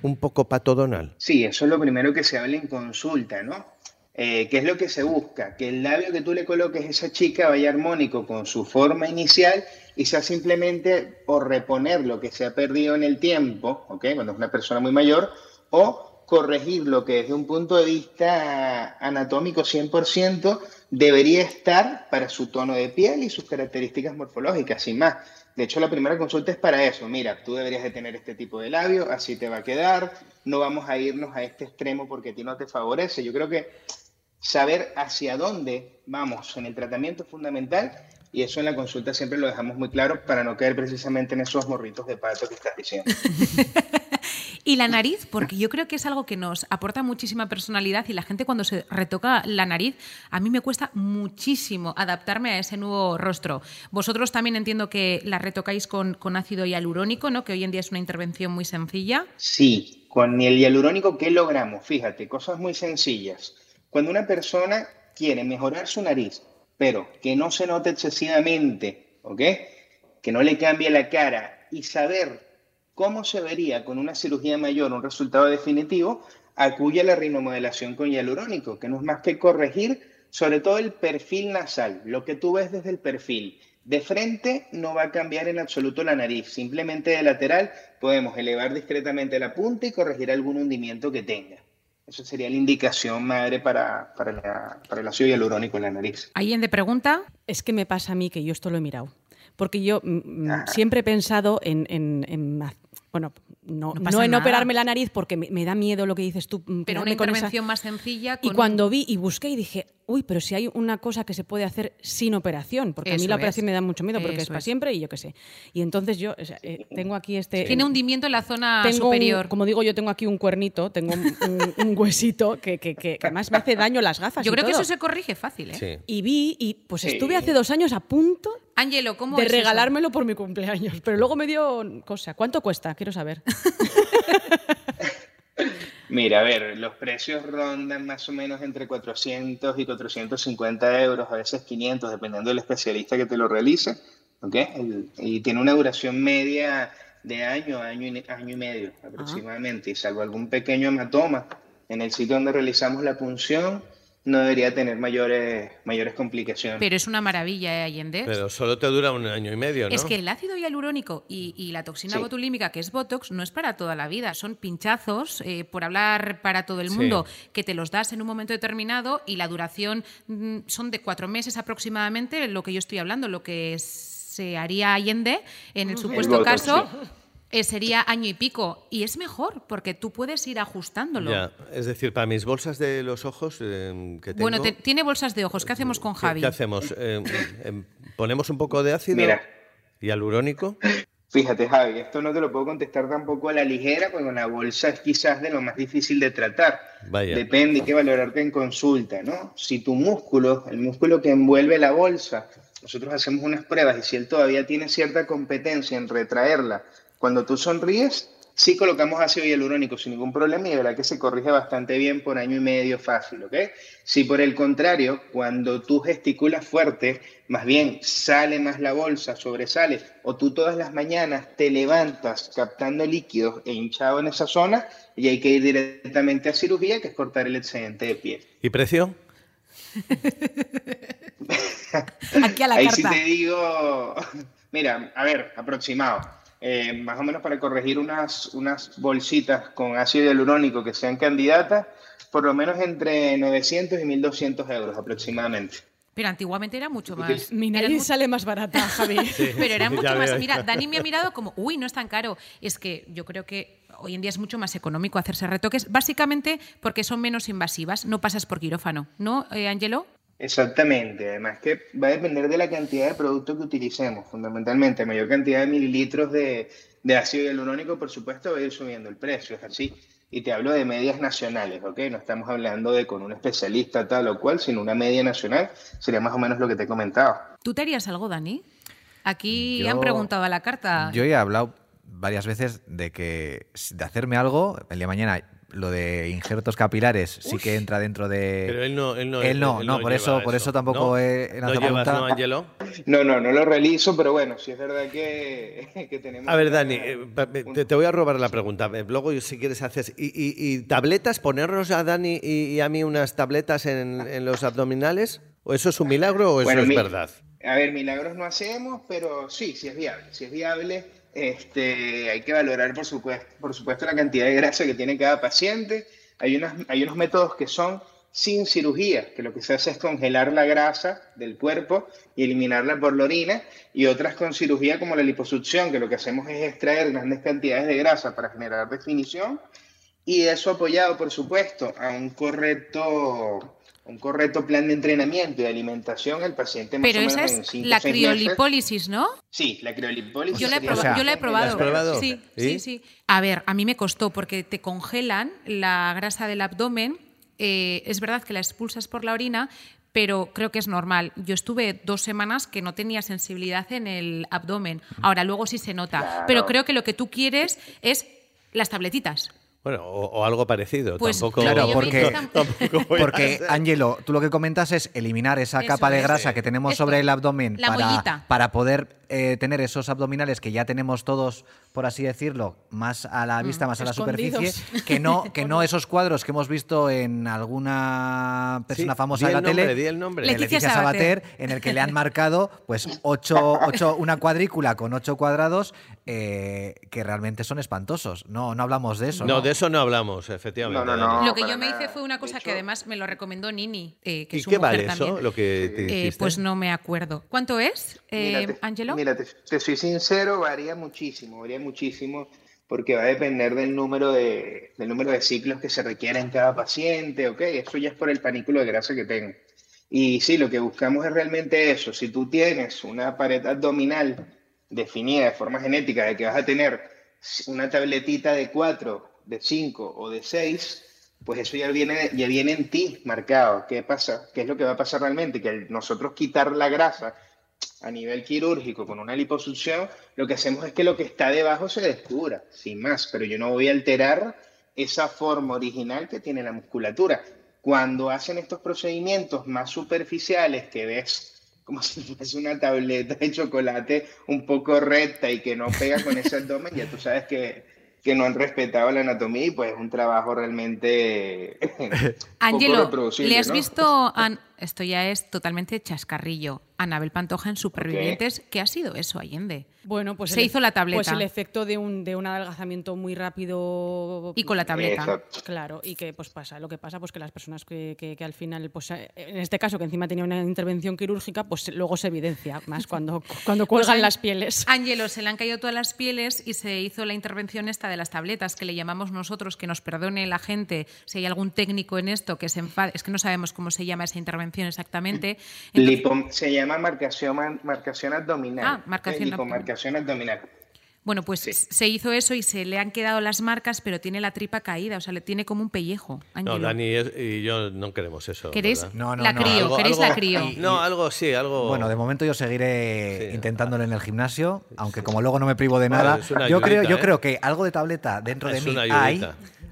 Speaker 3: un poco patodonal?
Speaker 7: Sí, eso es lo primero que se habla en consulta, ¿no? Eh, ¿qué es lo que se busca? Que el labio que tú le coloques a esa chica vaya armónico con su forma inicial y sea simplemente o reponer lo que se ha perdido en el tiempo, ¿ok? Cuando es una persona muy mayor, o corregir lo que desde un punto de vista anatómico 100% debería estar para su tono de piel y sus características morfológicas, sin más. De hecho, la primera consulta es para eso. Mira, tú deberías de tener este tipo de labio, así te va a quedar, no vamos a irnos a este extremo porque a ti no te favorece. Yo creo que saber hacia dónde vamos en el tratamiento es fundamental y eso en la consulta siempre lo dejamos muy claro para no caer precisamente en esos morritos de pato que estás diciendo.
Speaker 1: Y la nariz, porque yo creo que es algo que nos aporta muchísima personalidad y la gente cuando se retoca la nariz, a mí me cuesta muchísimo adaptarme a ese nuevo rostro. Vosotros también entiendo que la retocáis con, con ácido hialurónico, ¿no? que hoy en día es una intervención muy sencilla.
Speaker 7: Sí, con el hialurónico, ¿qué logramos? Fíjate, cosas muy sencillas. Cuando una persona quiere mejorar su nariz, pero que no se note excesivamente, ¿ok? Que no le cambie la cara y saber cómo se vería con una cirugía mayor un resultado definitivo, acuye a la rinomodelación con hialurónico, que no es más que corregir sobre todo el perfil nasal, lo que tú ves desde el perfil. De frente no va a cambiar en absoluto la nariz, simplemente de lateral podemos elevar discretamente la punta y corregir algún hundimiento que tenga. Eso sería la indicación madre para, para, la- para el ácido hialurónico en la nariz.
Speaker 1: Ahí en de pregunta,
Speaker 4: <laughs> Es que me pasa a mí que yo esto lo he mirado. Porque yo mm, mm,
Speaker 7: Ah.
Speaker 4: siempre he pensado en. en- en haz- bueno, no,
Speaker 1: No
Speaker 4: no,
Speaker 1: pasa
Speaker 4: en
Speaker 1: nada.
Speaker 4: operarme la nariz porque me, me da miedo lo que dices tú. mm,
Speaker 1: pero una
Speaker 4: quedarme con esa-
Speaker 1: intervención más sencilla.
Speaker 4: Y
Speaker 1: con-
Speaker 4: cuando vi y busqué y dije, uy, pero si hay una cosa que se puede hacer sin operación, porque a
Speaker 1: Eso
Speaker 4: mí la
Speaker 1: es.
Speaker 4: operación me da mucho miedo porque
Speaker 1: Eso
Speaker 4: es para
Speaker 1: es.
Speaker 4: siempre y yo qué sé. Y entonces yo o sea, eh, tengo aquí este...
Speaker 1: Tiene hundimiento en la zona
Speaker 4: tengo un-
Speaker 1: Ah, superior.
Speaker 4: como digo, yo tengo aquí un cuernito, tengo un, un- un huesito que, que- que- que además me hace daño las gafas.
Speaker 1: yo
Speaker 4: y
Speaker 1: creo que
Speaker 4: todo.
Speaker 1: eso se corrige fácil. ¿eh?
Speaker 3: Sí.
Speaker 4: Y vi y pues
Speaker 7: Sí.
Speaker 4: estuve hace dos años a punto
Speaker 1: Ángelo, ¿cómo
Speaker 4: de
Speaker 1: es eso?
Speaker 4: regalármelo por mi cumpleaños, pero luego me dio cosa. ¿Cuánto cuesta? Quiero saber.
Speaker 7: Mira, a ver, los precios rondan más o menos entre 400 y 450 euros, a veces 500, dependiendo del especialista que te lo realice. ¿ok? El- Y tiene una duración media de año, año y, año y medio aproximadamente. Y salvo algún pequeño hematoma en el sitio donde realizamos la punción, no debería tener mayores, mayores complicaciones.
Speaker 1: Pero es una maravilla, ¿eh, Allende?
Speaker 3: Pero solo te dura un año y medio, ¿no? Mm.
Speaker 1: Es que el ácido hialurónico y, y la toxina
Speaker 7: Sí.
Speaker 1: botulímica, que es Botox, no es para toda la vida. Son pinchazos, eh, por hablar para todo el
Speaker 3: Sí.
Speaker 1: mundo, que te los das en un momento determinado y la duración mm, son de cuatro meses aproximadamente, lo que yo estoy hablando, lo que se haría Allende en el supuesto
Speaker 7: Botox,
Speaker 1: caso. eh, sería año y pico y es mejor porque tú puedes ir ajustándolo.
Speaker 3: Ya, es decir, para mis bolsas de los ojos eh, que tengo... Eh,
Speaker 1: Bueno, te- tiene bolsas de ojos. ¿Qué hacemos con
Speaker 3: ¿qué-
Speaker 1: Javi?
Speaker 3: ¿Qué, hacemos? Eh, em, ¿Ponemos un poco de ácido
Speaker 7: Mira.
Speaker 3: hialurónico?
Speaker 7: Fíjate, Javi, esto no te lo puedo contestar tampoco a la ligera, porque la bolsa es quizás de lo más difícil de tratar.
Speaker 3: Vaya.
Speaker 7: Depende, hay que valorarte en consulta, ¿no? Si tu músculo, el músculo que envuelve la bolsa, nosotros hacemos unas pruebas y si él todavía tiene cierta competencia en retraerla, cuando tú sonríes, sí colocamos ácido hialurónico sin ningún problema y de verdad que se corrige bastante bien por año y medio fácil, ¿ok? Si por el contrario, cuando tú gesticulas fuerte, más bien sale más la bolsa, sobresale, o tú todas las mañanas te levantas captando líquidos e hinchado en esa zona, y hay que ir directamente a cirugía, que es cortar el excedente de piel.
Speaker 3: ¿Y precio?
Speaker 1: <laughs> Aquí a la
Speaker 7: Ahí
Speaker 1: carta.
Speaker 7: sí te digo, <laughs> mira, a ver, aproximado. Eh, más o menos para corregir unas, unas bolsitas con ácido hialurónico que sean candidatas, por lo menos entre 900 y 1200 euros aproximadamente.
Speaker 1: Pero antiguamente era mucho más.
Speaker 4: Mi
Speaker 1: Eran
Speaker 4: nariz
Speaker 1: mu-
Speaker 4: sale más
Speaker 1: <laughs>
Speaker 4: barata, Javi.
Speaker 1: Pero era
Speaker 3: sí,
Speaker 1: mucho
Speaker 3: ya
Speaker 1: más.
Speaker 3: veo.
Speaker 1: Mira, Dani me ha mirado como, uy, no es tan caro. Es que yo creo que hoy en día es mucho más económico hacerse retoques, básicamente porque son menos invasivas, no pasas por quirófano. ¿No, eh, Angelo?
Speaker 7: Exactamente, además que va a depender de la cantidad de producto que utilicemos, fundamentalmente, mayor cantidad de mililitros de, de ácido hialurónico, por supuesto, va a ir subiendo el precio, es así. Y te hablo de medias nacionales, ¿ok? No estamos hablando de con un especialista tal o cual, sino una media nacional, sería más o menos lo que te he comentado.
Speaker 1: ¿Tú te harías algo, Dani? Aquí
Speaker 2: Yo-
Speaker 1: han preguntado a la carta.
Speaker 2: Yo ya he hablado varias veces de que s- de hacerme algo, el día de mañana lo de injertos capilares sí que entra dentro de...
Speaker 3: Pero él no... Él no,
Speaker 2: Eh, Él no, no, por
Speaker 3: lleva
Speaker 2: eso- por eso tampoco
Speaker 3: ¿No?
Speaker 2: he- en
Speaker 3: ¿No
Speaker 2: hacer
Speaker 3: llevas,
Speaker 2: pregunta-
Speaker 3: no, Angelo?
Speaker 7: No, no, no lo realizo, pero bueno, sí es verdad que, <laughs> que tenemos...
Speaker 3: A ver,
Speaker 7: una-
Speaker 3: Dani, eh, pa- me-
Speaker 7: un-
Speaker 3: te, te voy a robar la pregunta. Eh, Luego, si quieres, haces. ¿Y, y- y tabletas? ¿Ponernos a Dani y, y a mí unas tabletas en, en los abdominales? ¿O eso es un milagro o eso
Speaker 7: Bueno,
Speaker 3: es
Speaker 7: mi-
Speaker 3: verdad?
Speaker 7: A ver, milagros no hacemos, pero sí, sí es viable. Si es viable, este, hay que valorar, por supuesto, por supuesto, la cantidad de grasa que tiene cada paciente. Hay, unas, hay unos métodos que son sin cirugía, que lo que se hace es congelar la grasa del cuerpo y eliminarla por la orina, y otras con cirugía como la liposucción, que lo que hacemos es extraer grandes cantidades de grasa para generar definición, y eso apoyado, por supuesto, a un correcto, un correcto plan de entrenamiento y de alimentación, el paciente más
Speaker 1: Pero
Speaker 7: o
Speaker 1: esa
Speaker 7: menos en
Speaker 1: es
Speaker 7: cinco,
Speaker 1: la
Speaker 7: seis meses-
Speaker 1: criolipólisis, ¿no?
Speaker 7: Sí, la criolipólisis.
Speaker 1: Yo la, he
Speaker 7: Pues
Speaker 1: proba-
Speaker 7: sería
Speaker 2: sea,
Speaker 1: yo la he
Speaker 7: congelación de
Speaker 1: probado.
Speaker 7: la
Speaker 3: probado?
Speaker 7: grasa.
Speaker 1: Sí,
Speaker 3: ¿Y?
Speaker 1: sí, sí. A ver, a mí me costó porque te congelan la grasa del abdomen. eh, es verdad que la expulsas por la orina, pero creo que es normal. Yo estuve dos semanas que no tenía sensibilidad en el abdomen. Ahora luego sí se nota. Pero creo que lo que tú quieres es las tabletitas.
Speaker 3: Bueno, o, o algo parecido.
Speaker 1: Pues,
Speaker 3: tampoco.
Speaker 2: Claro,
Speaker 1: yo
Speaker 2: porque-
Speaker 1: me-
Speaker 3: <laughs> tampoco voy a
Speaker 2: Porque,
Speaker 3: hacer-
Speaker 2: Angelo, tú lo que comentas es eliminar esa
Speaker 1: Eso
Speaker 2: capa de
Speaker 1: es.
Speaker 2: grasa
Speaker 1: Sí.
Speaker 2: que tenemos
Speaker 1: Esto,
Speaker 2: sobre el abdomen
Speaker 1: la
Speaker 2: para,
Speaker 1: mollita.
Speaker 2: para poder eh, tener esos abdominales que ya tenemos todos, por así decirlo, más a
Speaker 1: Mm,
Speaker 2: la vista, más a la
Speaker 4: escondidos.
Speaker 2: superficie,
Speaker 1: <laughs>
Speaker 2: que no, que no esos cuadros que hemos visto en alguna persona
Speaker 3: Sí,
Speaker 2: famosa
Speaker 3: di
Speaker 2: en la
Speaker 3: el nombre,
Speaker 2: tele.
Speaker 3: di el nombre.
Speaker 2: de
Speaker 1: Leticia
Speaker 2: Leticia Sabater,
Speaker 1: Sabater.
Speaker 2: en el que le han marcado pues ocho, ocho- una cuadrícula con ocho cuadrados eh, que realmente son espantosos. No, no hablamos de eso.
Speaker 3: No, de eso no hablamos, efectivamente.
Speaker 7: No, no,
Speaker 3: Dani.
Speaker 7: no.
Speaker 1: lo que
Speaker 7: para
Speaker 1: yo me
Speaker 7: nada.
Speaker 1: hice fue una
Speaker 7: De
Speaker 1: cosa
Speaker 7: hecho-
Speaker 1: que además me lo recomendó Nini, eh, que
Speaker 3: ¿Y
Speaker 1: es su
Speaker 3: qué
Speaker 1: mujer
Speaker 3: vale
Speaker 1: también.
Speaker 3: eso? Lo que te
Speaker 1: Eh,
Speaker 3: dijiste?
Speaker 1: pues no me acuerdo. ¿Cuánto es, eh,
Speaker 7: Mira, te-
Speaker 1: Angelo?
Speaker 7: Mira, te, te soy sincero, varía muchísimo, varía muchísimo, porque va a depender del número de, del número de ciclos que se requiera en cada paciente, ¿ok? Eso ya es por el panículo de grasa que tengo. Y sí, lo que buscamos es realmente eso. Si tú tienes una pared abdominal definida de forma genética, de que vas a tener una tabletita de 4, de 5 o de 6, pues eso ya viene, ya viene en ti marcado. ¿Qué pasa? ¿Qué es lo que va a pasar realmente? Que al nosotros quitar la grasa a nivel quirúrgico con una liposucción, lo que hacemos es que lo que está debajo se descubra, sin más, pero yo no voy a alterar esa forma original que tiene la musculatura. Cuando hacen estos procedimientos más superficiales que ves como <laughs> si fuese una tableta de chocolate un poco recta y que no pega con ese abdomen, ya tú sabes que, que no han respetado la anatomía y pues es un
Speaker 1: <laughs>
Speaker 7: trabajo realmente
Speaker 1: Angelo,
Speaker 7: reproducible,
Speaker 1: ¿le has
Speaker 7: ¿no?
Speaker 1: visto? an- Esto ya es totalmente chascarrillo. Anabel Pantoja en Supervivientes. ¿Qué ha sido eso, Allende?
Speaker 4: Bueno, pues
Speaker 1: Se
Speaker 4: el-
Speaker 1: hizo la tableta.
Speaker 4: Pues el efecto de un, de un adelgazamiento muy rápido.
Speaker 1: Y con la tableta.
Speaker 7: Exacto.
Speaker 4: Claro, y que pues pasa, lo que pasa pues que las personas que, que- que al final, pues eh, en este caso que encima tenía una intervención quirúrgica, pues luego se evidencia más cuando, <laughs> cuando cuelgan las pieles.
Speaker 1: Ángelo, se le han caído todas las pieles y se hizo la intervención esta de las tabletas que le llamamos nosotros, que nos perdone la gente si hay algún técnico en esto que se enfade. Es que no sabemos cómo se llama esa intervención exactamente. Entonces,
Speaker 7: Lipom- se llama marcación, man- marcación abdominal.
Speaker 1: Ah, marcación
Speaker 7: Eh, lipomarcación abdominal.
Speaker 1: bueno, pues
Speaker 7: Sí.
Speaker 1: se hizo eso y se le han quedado las marcas, pero tiene la tripa caída, o sea, le tiene como un pellejo.
Speaker 3: No,
Speaker 1: Ángelo.
Speaker 3: Dani es- y yo no queremos eso.
Speaker 1: ¿Queréis
Speaker 3: ¿verdad?
Speaker 2: No, no,
Speaker 1: la
Speaker 2: no.
Speaker 1: crío?
Speaker 3: Algo-
Speaker 1: ¿Queréis la
Speaker 3: algo-
Speaker 1: crío?
Speaker 3: No, algo sí, algo.
Speaker 2: Bueno, de momento yo seguiré
Speaker 3: Sí,
Speaker 2: intentándolo en el gimnasio, aunque como luego no me privo de
Speaker 3: Bueno,
Speaker 2: nada,
Speaker 3: es una
Speaker 2: yo creo,
Speaker 3: ayudita,
Speaker 2: yo
Speaker 3: ¿eh?
Speaker 2: creo que algo de tableta dentro de
Speaker 3: Es
Speaker 2: mí
Speaker 3: una ayudita.
Speaker 2: hay.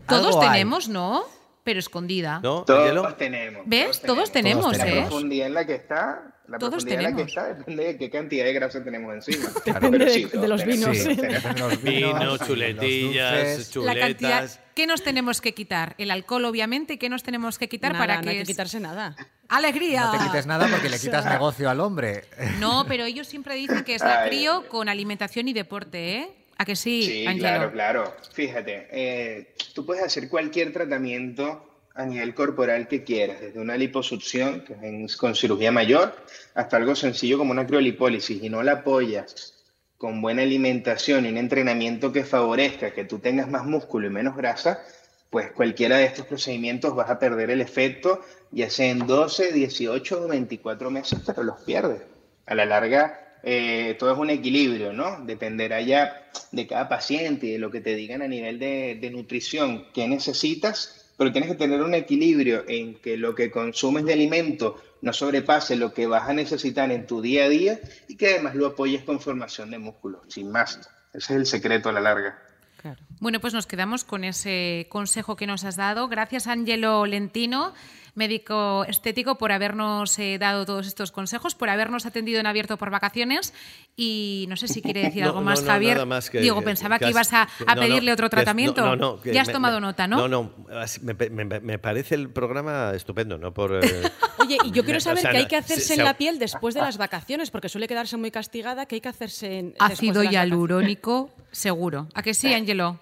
Speaker 1: Todos
Speaker 2: algo hay.
Speaker 1: tenemos, ¿no? Pero escondida.
Speaker 3: ¿No?
Speaker 7: Todos
Speaker 3: Angelo?
Speaker 7: tenemos.
Speaker 1: ¿Ves? Todos tenemos,
Speaker 2: Todos
Speaker 7: La
Speaker 2: tenemos. ¿eh?
Speaker 7: profundidad en la que está, la
Speaker 1: Todos
Speaker 7: profundidad en la que
Speaker 1: tenemos.
Speaker 7: está depende de qué cantidad de grasa tenemos encima.
Speaker 4: Depende
Speaker 7: Pero
Speaker 4: de-
Speaker 7: sí,
Speaker 4: de
Speaker 7: todos
Speaker 4: los
Speaker 7: tenemos,
Speaker 2: Sí,
Speaker 4: vinos.
Speaker 7: todos tenemos.
Speaker 2: los vinos,
Speaker 3: Vino,
Speaker 2: los
Speaker 3: chuletillas,
Speaker 2: dulces.
Speaker 1: La cantidad.
Speaker 3: chuletas.
Speaker 1: ¿Qué nos tenemos que quitar? El alcohol, obviamente. ¿y ¿Qué nos tenemos que quitar
Speaker 4: Nada,
Speaker 1: para
Speaker 4: no
Speaker 1: que
Speaker 4: hay que
Speaker 1: es-
Speaker 4: quitarse nada.
Speaker 1: ¡Alegría!
Speaker 2: No te quites nada porque le quitas negocio al hombre.
Speaker 1: No, pero ellos siempre dicen que es la
Speaker 7: Ay,
Speaker 1: crío
Speaker 7: Dios.
Speaker 1: con alimentación y deporte, ¿eh? ¿A que sí,
Speaker 7: Sí,
Speaker 1: Ángelo?
Speaker 7: claro, claro. Fíjate, eh, tú puedes hacer cualquier tratamiento a nivel corporal que quieras, desde una liposucción, que es en- con cirugía mayor, hasta algo sencillo como una criolipólisis, y no la apoyas con buena alimentación y un entrenamiento que favorezca que tú tengas más músculo y menos grasa, pues cualquiera de estos procedimientos vas a perder el efecto, ya sea en 12, 18 o 24 meses, pero los pierdes. A la larga, eh, todo es un equilibrio, ¿no? Dependerá ya de cada paciente y de lo que te digan a nivel de, de nutrición que necesitas, pero tienes que tener un equilibrio en que lo que consumes de alimento no sobrepase lo que vas a necesitar en tu día a día y que además lo apoyes con formación de músculo, sin más. Ese es el secreto a la larga.
Speaker 4: Claro.
Speaker 1: Bueno, pues nos quedamos con ese consejo que nos has dado. Gracias, Ángelo Lentino, médico estético, por habernos eh, dado todos estos consejos, por habernos atendido en abierto por vacaciones. Y no sé si quiere decir
Speaker 3: <laughs> No,
Speaker 1: algo
Speaker 3: no,
Speaker 1: más,
Speaker 3: no,
Speaker 1: Javier.
Speaker 3: nada más que-
Speaker 1: Digo, pensaba que,
Speaker 3: has-
Speaker 1: ibas a,
Speaker 3: que-
Speaker 1: a
Speaker 3: no, no,
Speaker 1: pedirle otro
Speaker 3: que has-
Speaker 1: tratamiento.
Speaker 3: no, no, que
Speaker 1: ya has
Speaker 3: me-
Speaker 1: tomado
Speaker 3: me-
Speaker 1: nota, ¿no?
Speaker 3: No, no, así me, me- me- me parece el programa estupendo, ¿no?
Speaker 1: <laughs>
Speaker 3: Por, eh,
Speaker 4: Oye,
Speaker 3: <laughs>
Speaker 4: y yo quiero
Speaker 3: o
Speaker 4: saber
Speaker 3: sea,
Speaker 4: qué hay
Speaker 3: no,
Speaker 4: que
Speaker 3: se-
Speaker 4: hacerse
Speaker 3: se- Ah.
Speaker 4: en la piel después de las vacaciones, porque suele quedarse muy castigada. ¿Qué hay que hacerse en después
Speaker 1: Ácido
Speaker 4: de las
Speaker 1: hialurónico, seguro. ¿A que sí, Ángelo?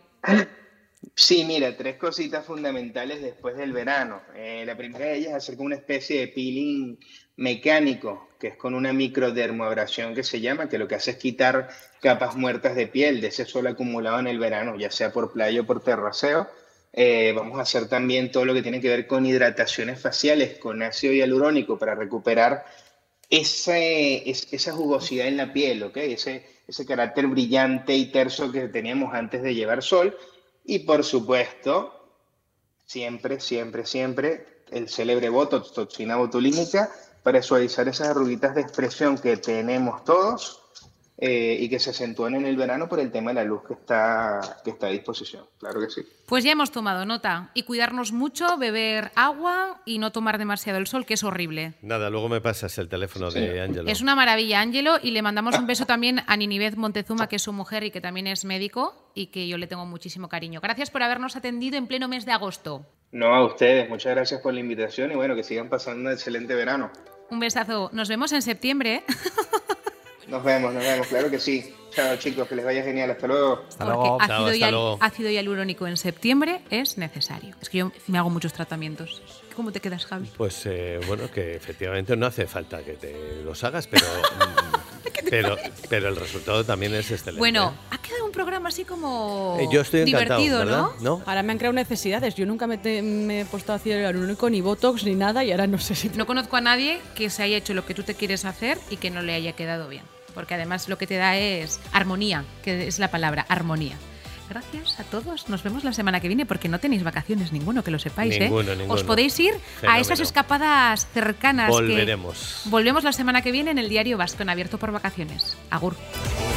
Speaker 7: Sí, mira, tres cositas fundamentales después del verano. Eh, la primera de ellas es hacer como una especie de peeling mecánico, que es con una microdermoabrasión que se llama, que lo que hace es quitar capas muertas de piel de ese sol acumulado en el verano, ya sea por playa o por terraceo. Eh, vamos a hacer también todo lo que tiene que ver con hidrataciones faciales, con ácido hialurónico para recuperar ese, es- esa jugosidad en la piel, ¿ok? Ese, ese carácter brillante y terso que teníamos antes de llevar sol. Y por supuesto, siempre, siempre, siempre el célebre Botox, toxina botulínica, para suavizar esas arruguitas de expresión que tenemos todos eh, y que se acentúan en el verano por el tema de la luz que está, que está a disposición. Claro que sí.
Speaker 1: Pues ya hemos tomado nota. Y cuidarnos mucho, beber agua y no tomar demasiado el sol, que es horrible.
Speaker 3: nada, luego me pasas el teléfono de Ángelo.
Speaker 1: Es una maravilla, Ángelo, y le mandamos un beso también a Ninivez Montezuma, que es su mujer y que también es médico y que yo le tengo muchísimo cariño. Gracias por habernos atendido en pleno mes de agosto.
Speaker 7: No, a ustedes, muchas gracias por la invitación y bueno, que sigan pasando un excelente verano.
Speaker 1: Un besazo. Nos vemos en septiembre,
Speaker 7: Nos vemos, nos vemos, claro que sí. Chao chicos, que les vaya genial, hasta luego.
Speaker 2: Hasta
Speaker 1: <laughs> porque
Speaker 2: luego.
Speaker 1: ácido,
Speaker 3: Chao, hasta
Speaker 1: hial-
Speaker 3: luego.
Speaker 1: ácido hialurónico en septiembre es necesario. Es que yo me hago muchos tratamientos. ¿Cómo te quedas, Javi?
Speaker 3: Pues eh, bueno, que efectivamente no hace falta que te los
Speaker 1: <laughs>
Speaker 3: hagas, pero, mm, pero, pero el resultado también es excelente.
Speaker 1: Bueno, ha quedado un programa así como
Speaker 3: Eh, yo estoy encantado,
Speaker 1: divertido,
Speaker 3: ¿verdad?
Speaker 1: ¿no?
Speaker 3: ¿No?
Speaker 4: Ahora me han creado necesidades. Yo nunca me, te- me he puesto ácido hialurónico, ni botox, ni nada, y ahora no sé si.
Speaker 1: <laughs> No conozco a nadie que se haya hecho lo que tú te quieres hacer y que no le haya quedado bien. Porque además lo que te da es armonía, que es la palabra, armonía. Gracias a todos. Nos vemos la semana que viene porque no tenéis vacaciones ninguno, que lo sepáis. ¿eh?
Speaker 3: Ninguno, ninguno.
Speaker 1: Os podéis ir a
Speaker 3: Fenómeno.
Speaker 1: esas escapadas cercanas. que-
Speaker 3: Volveremos.
Speaker 1: Volvemos la semana que viene en el diario Vasco en abierto por vacaciones. Agur.
Speaker 3: Agur.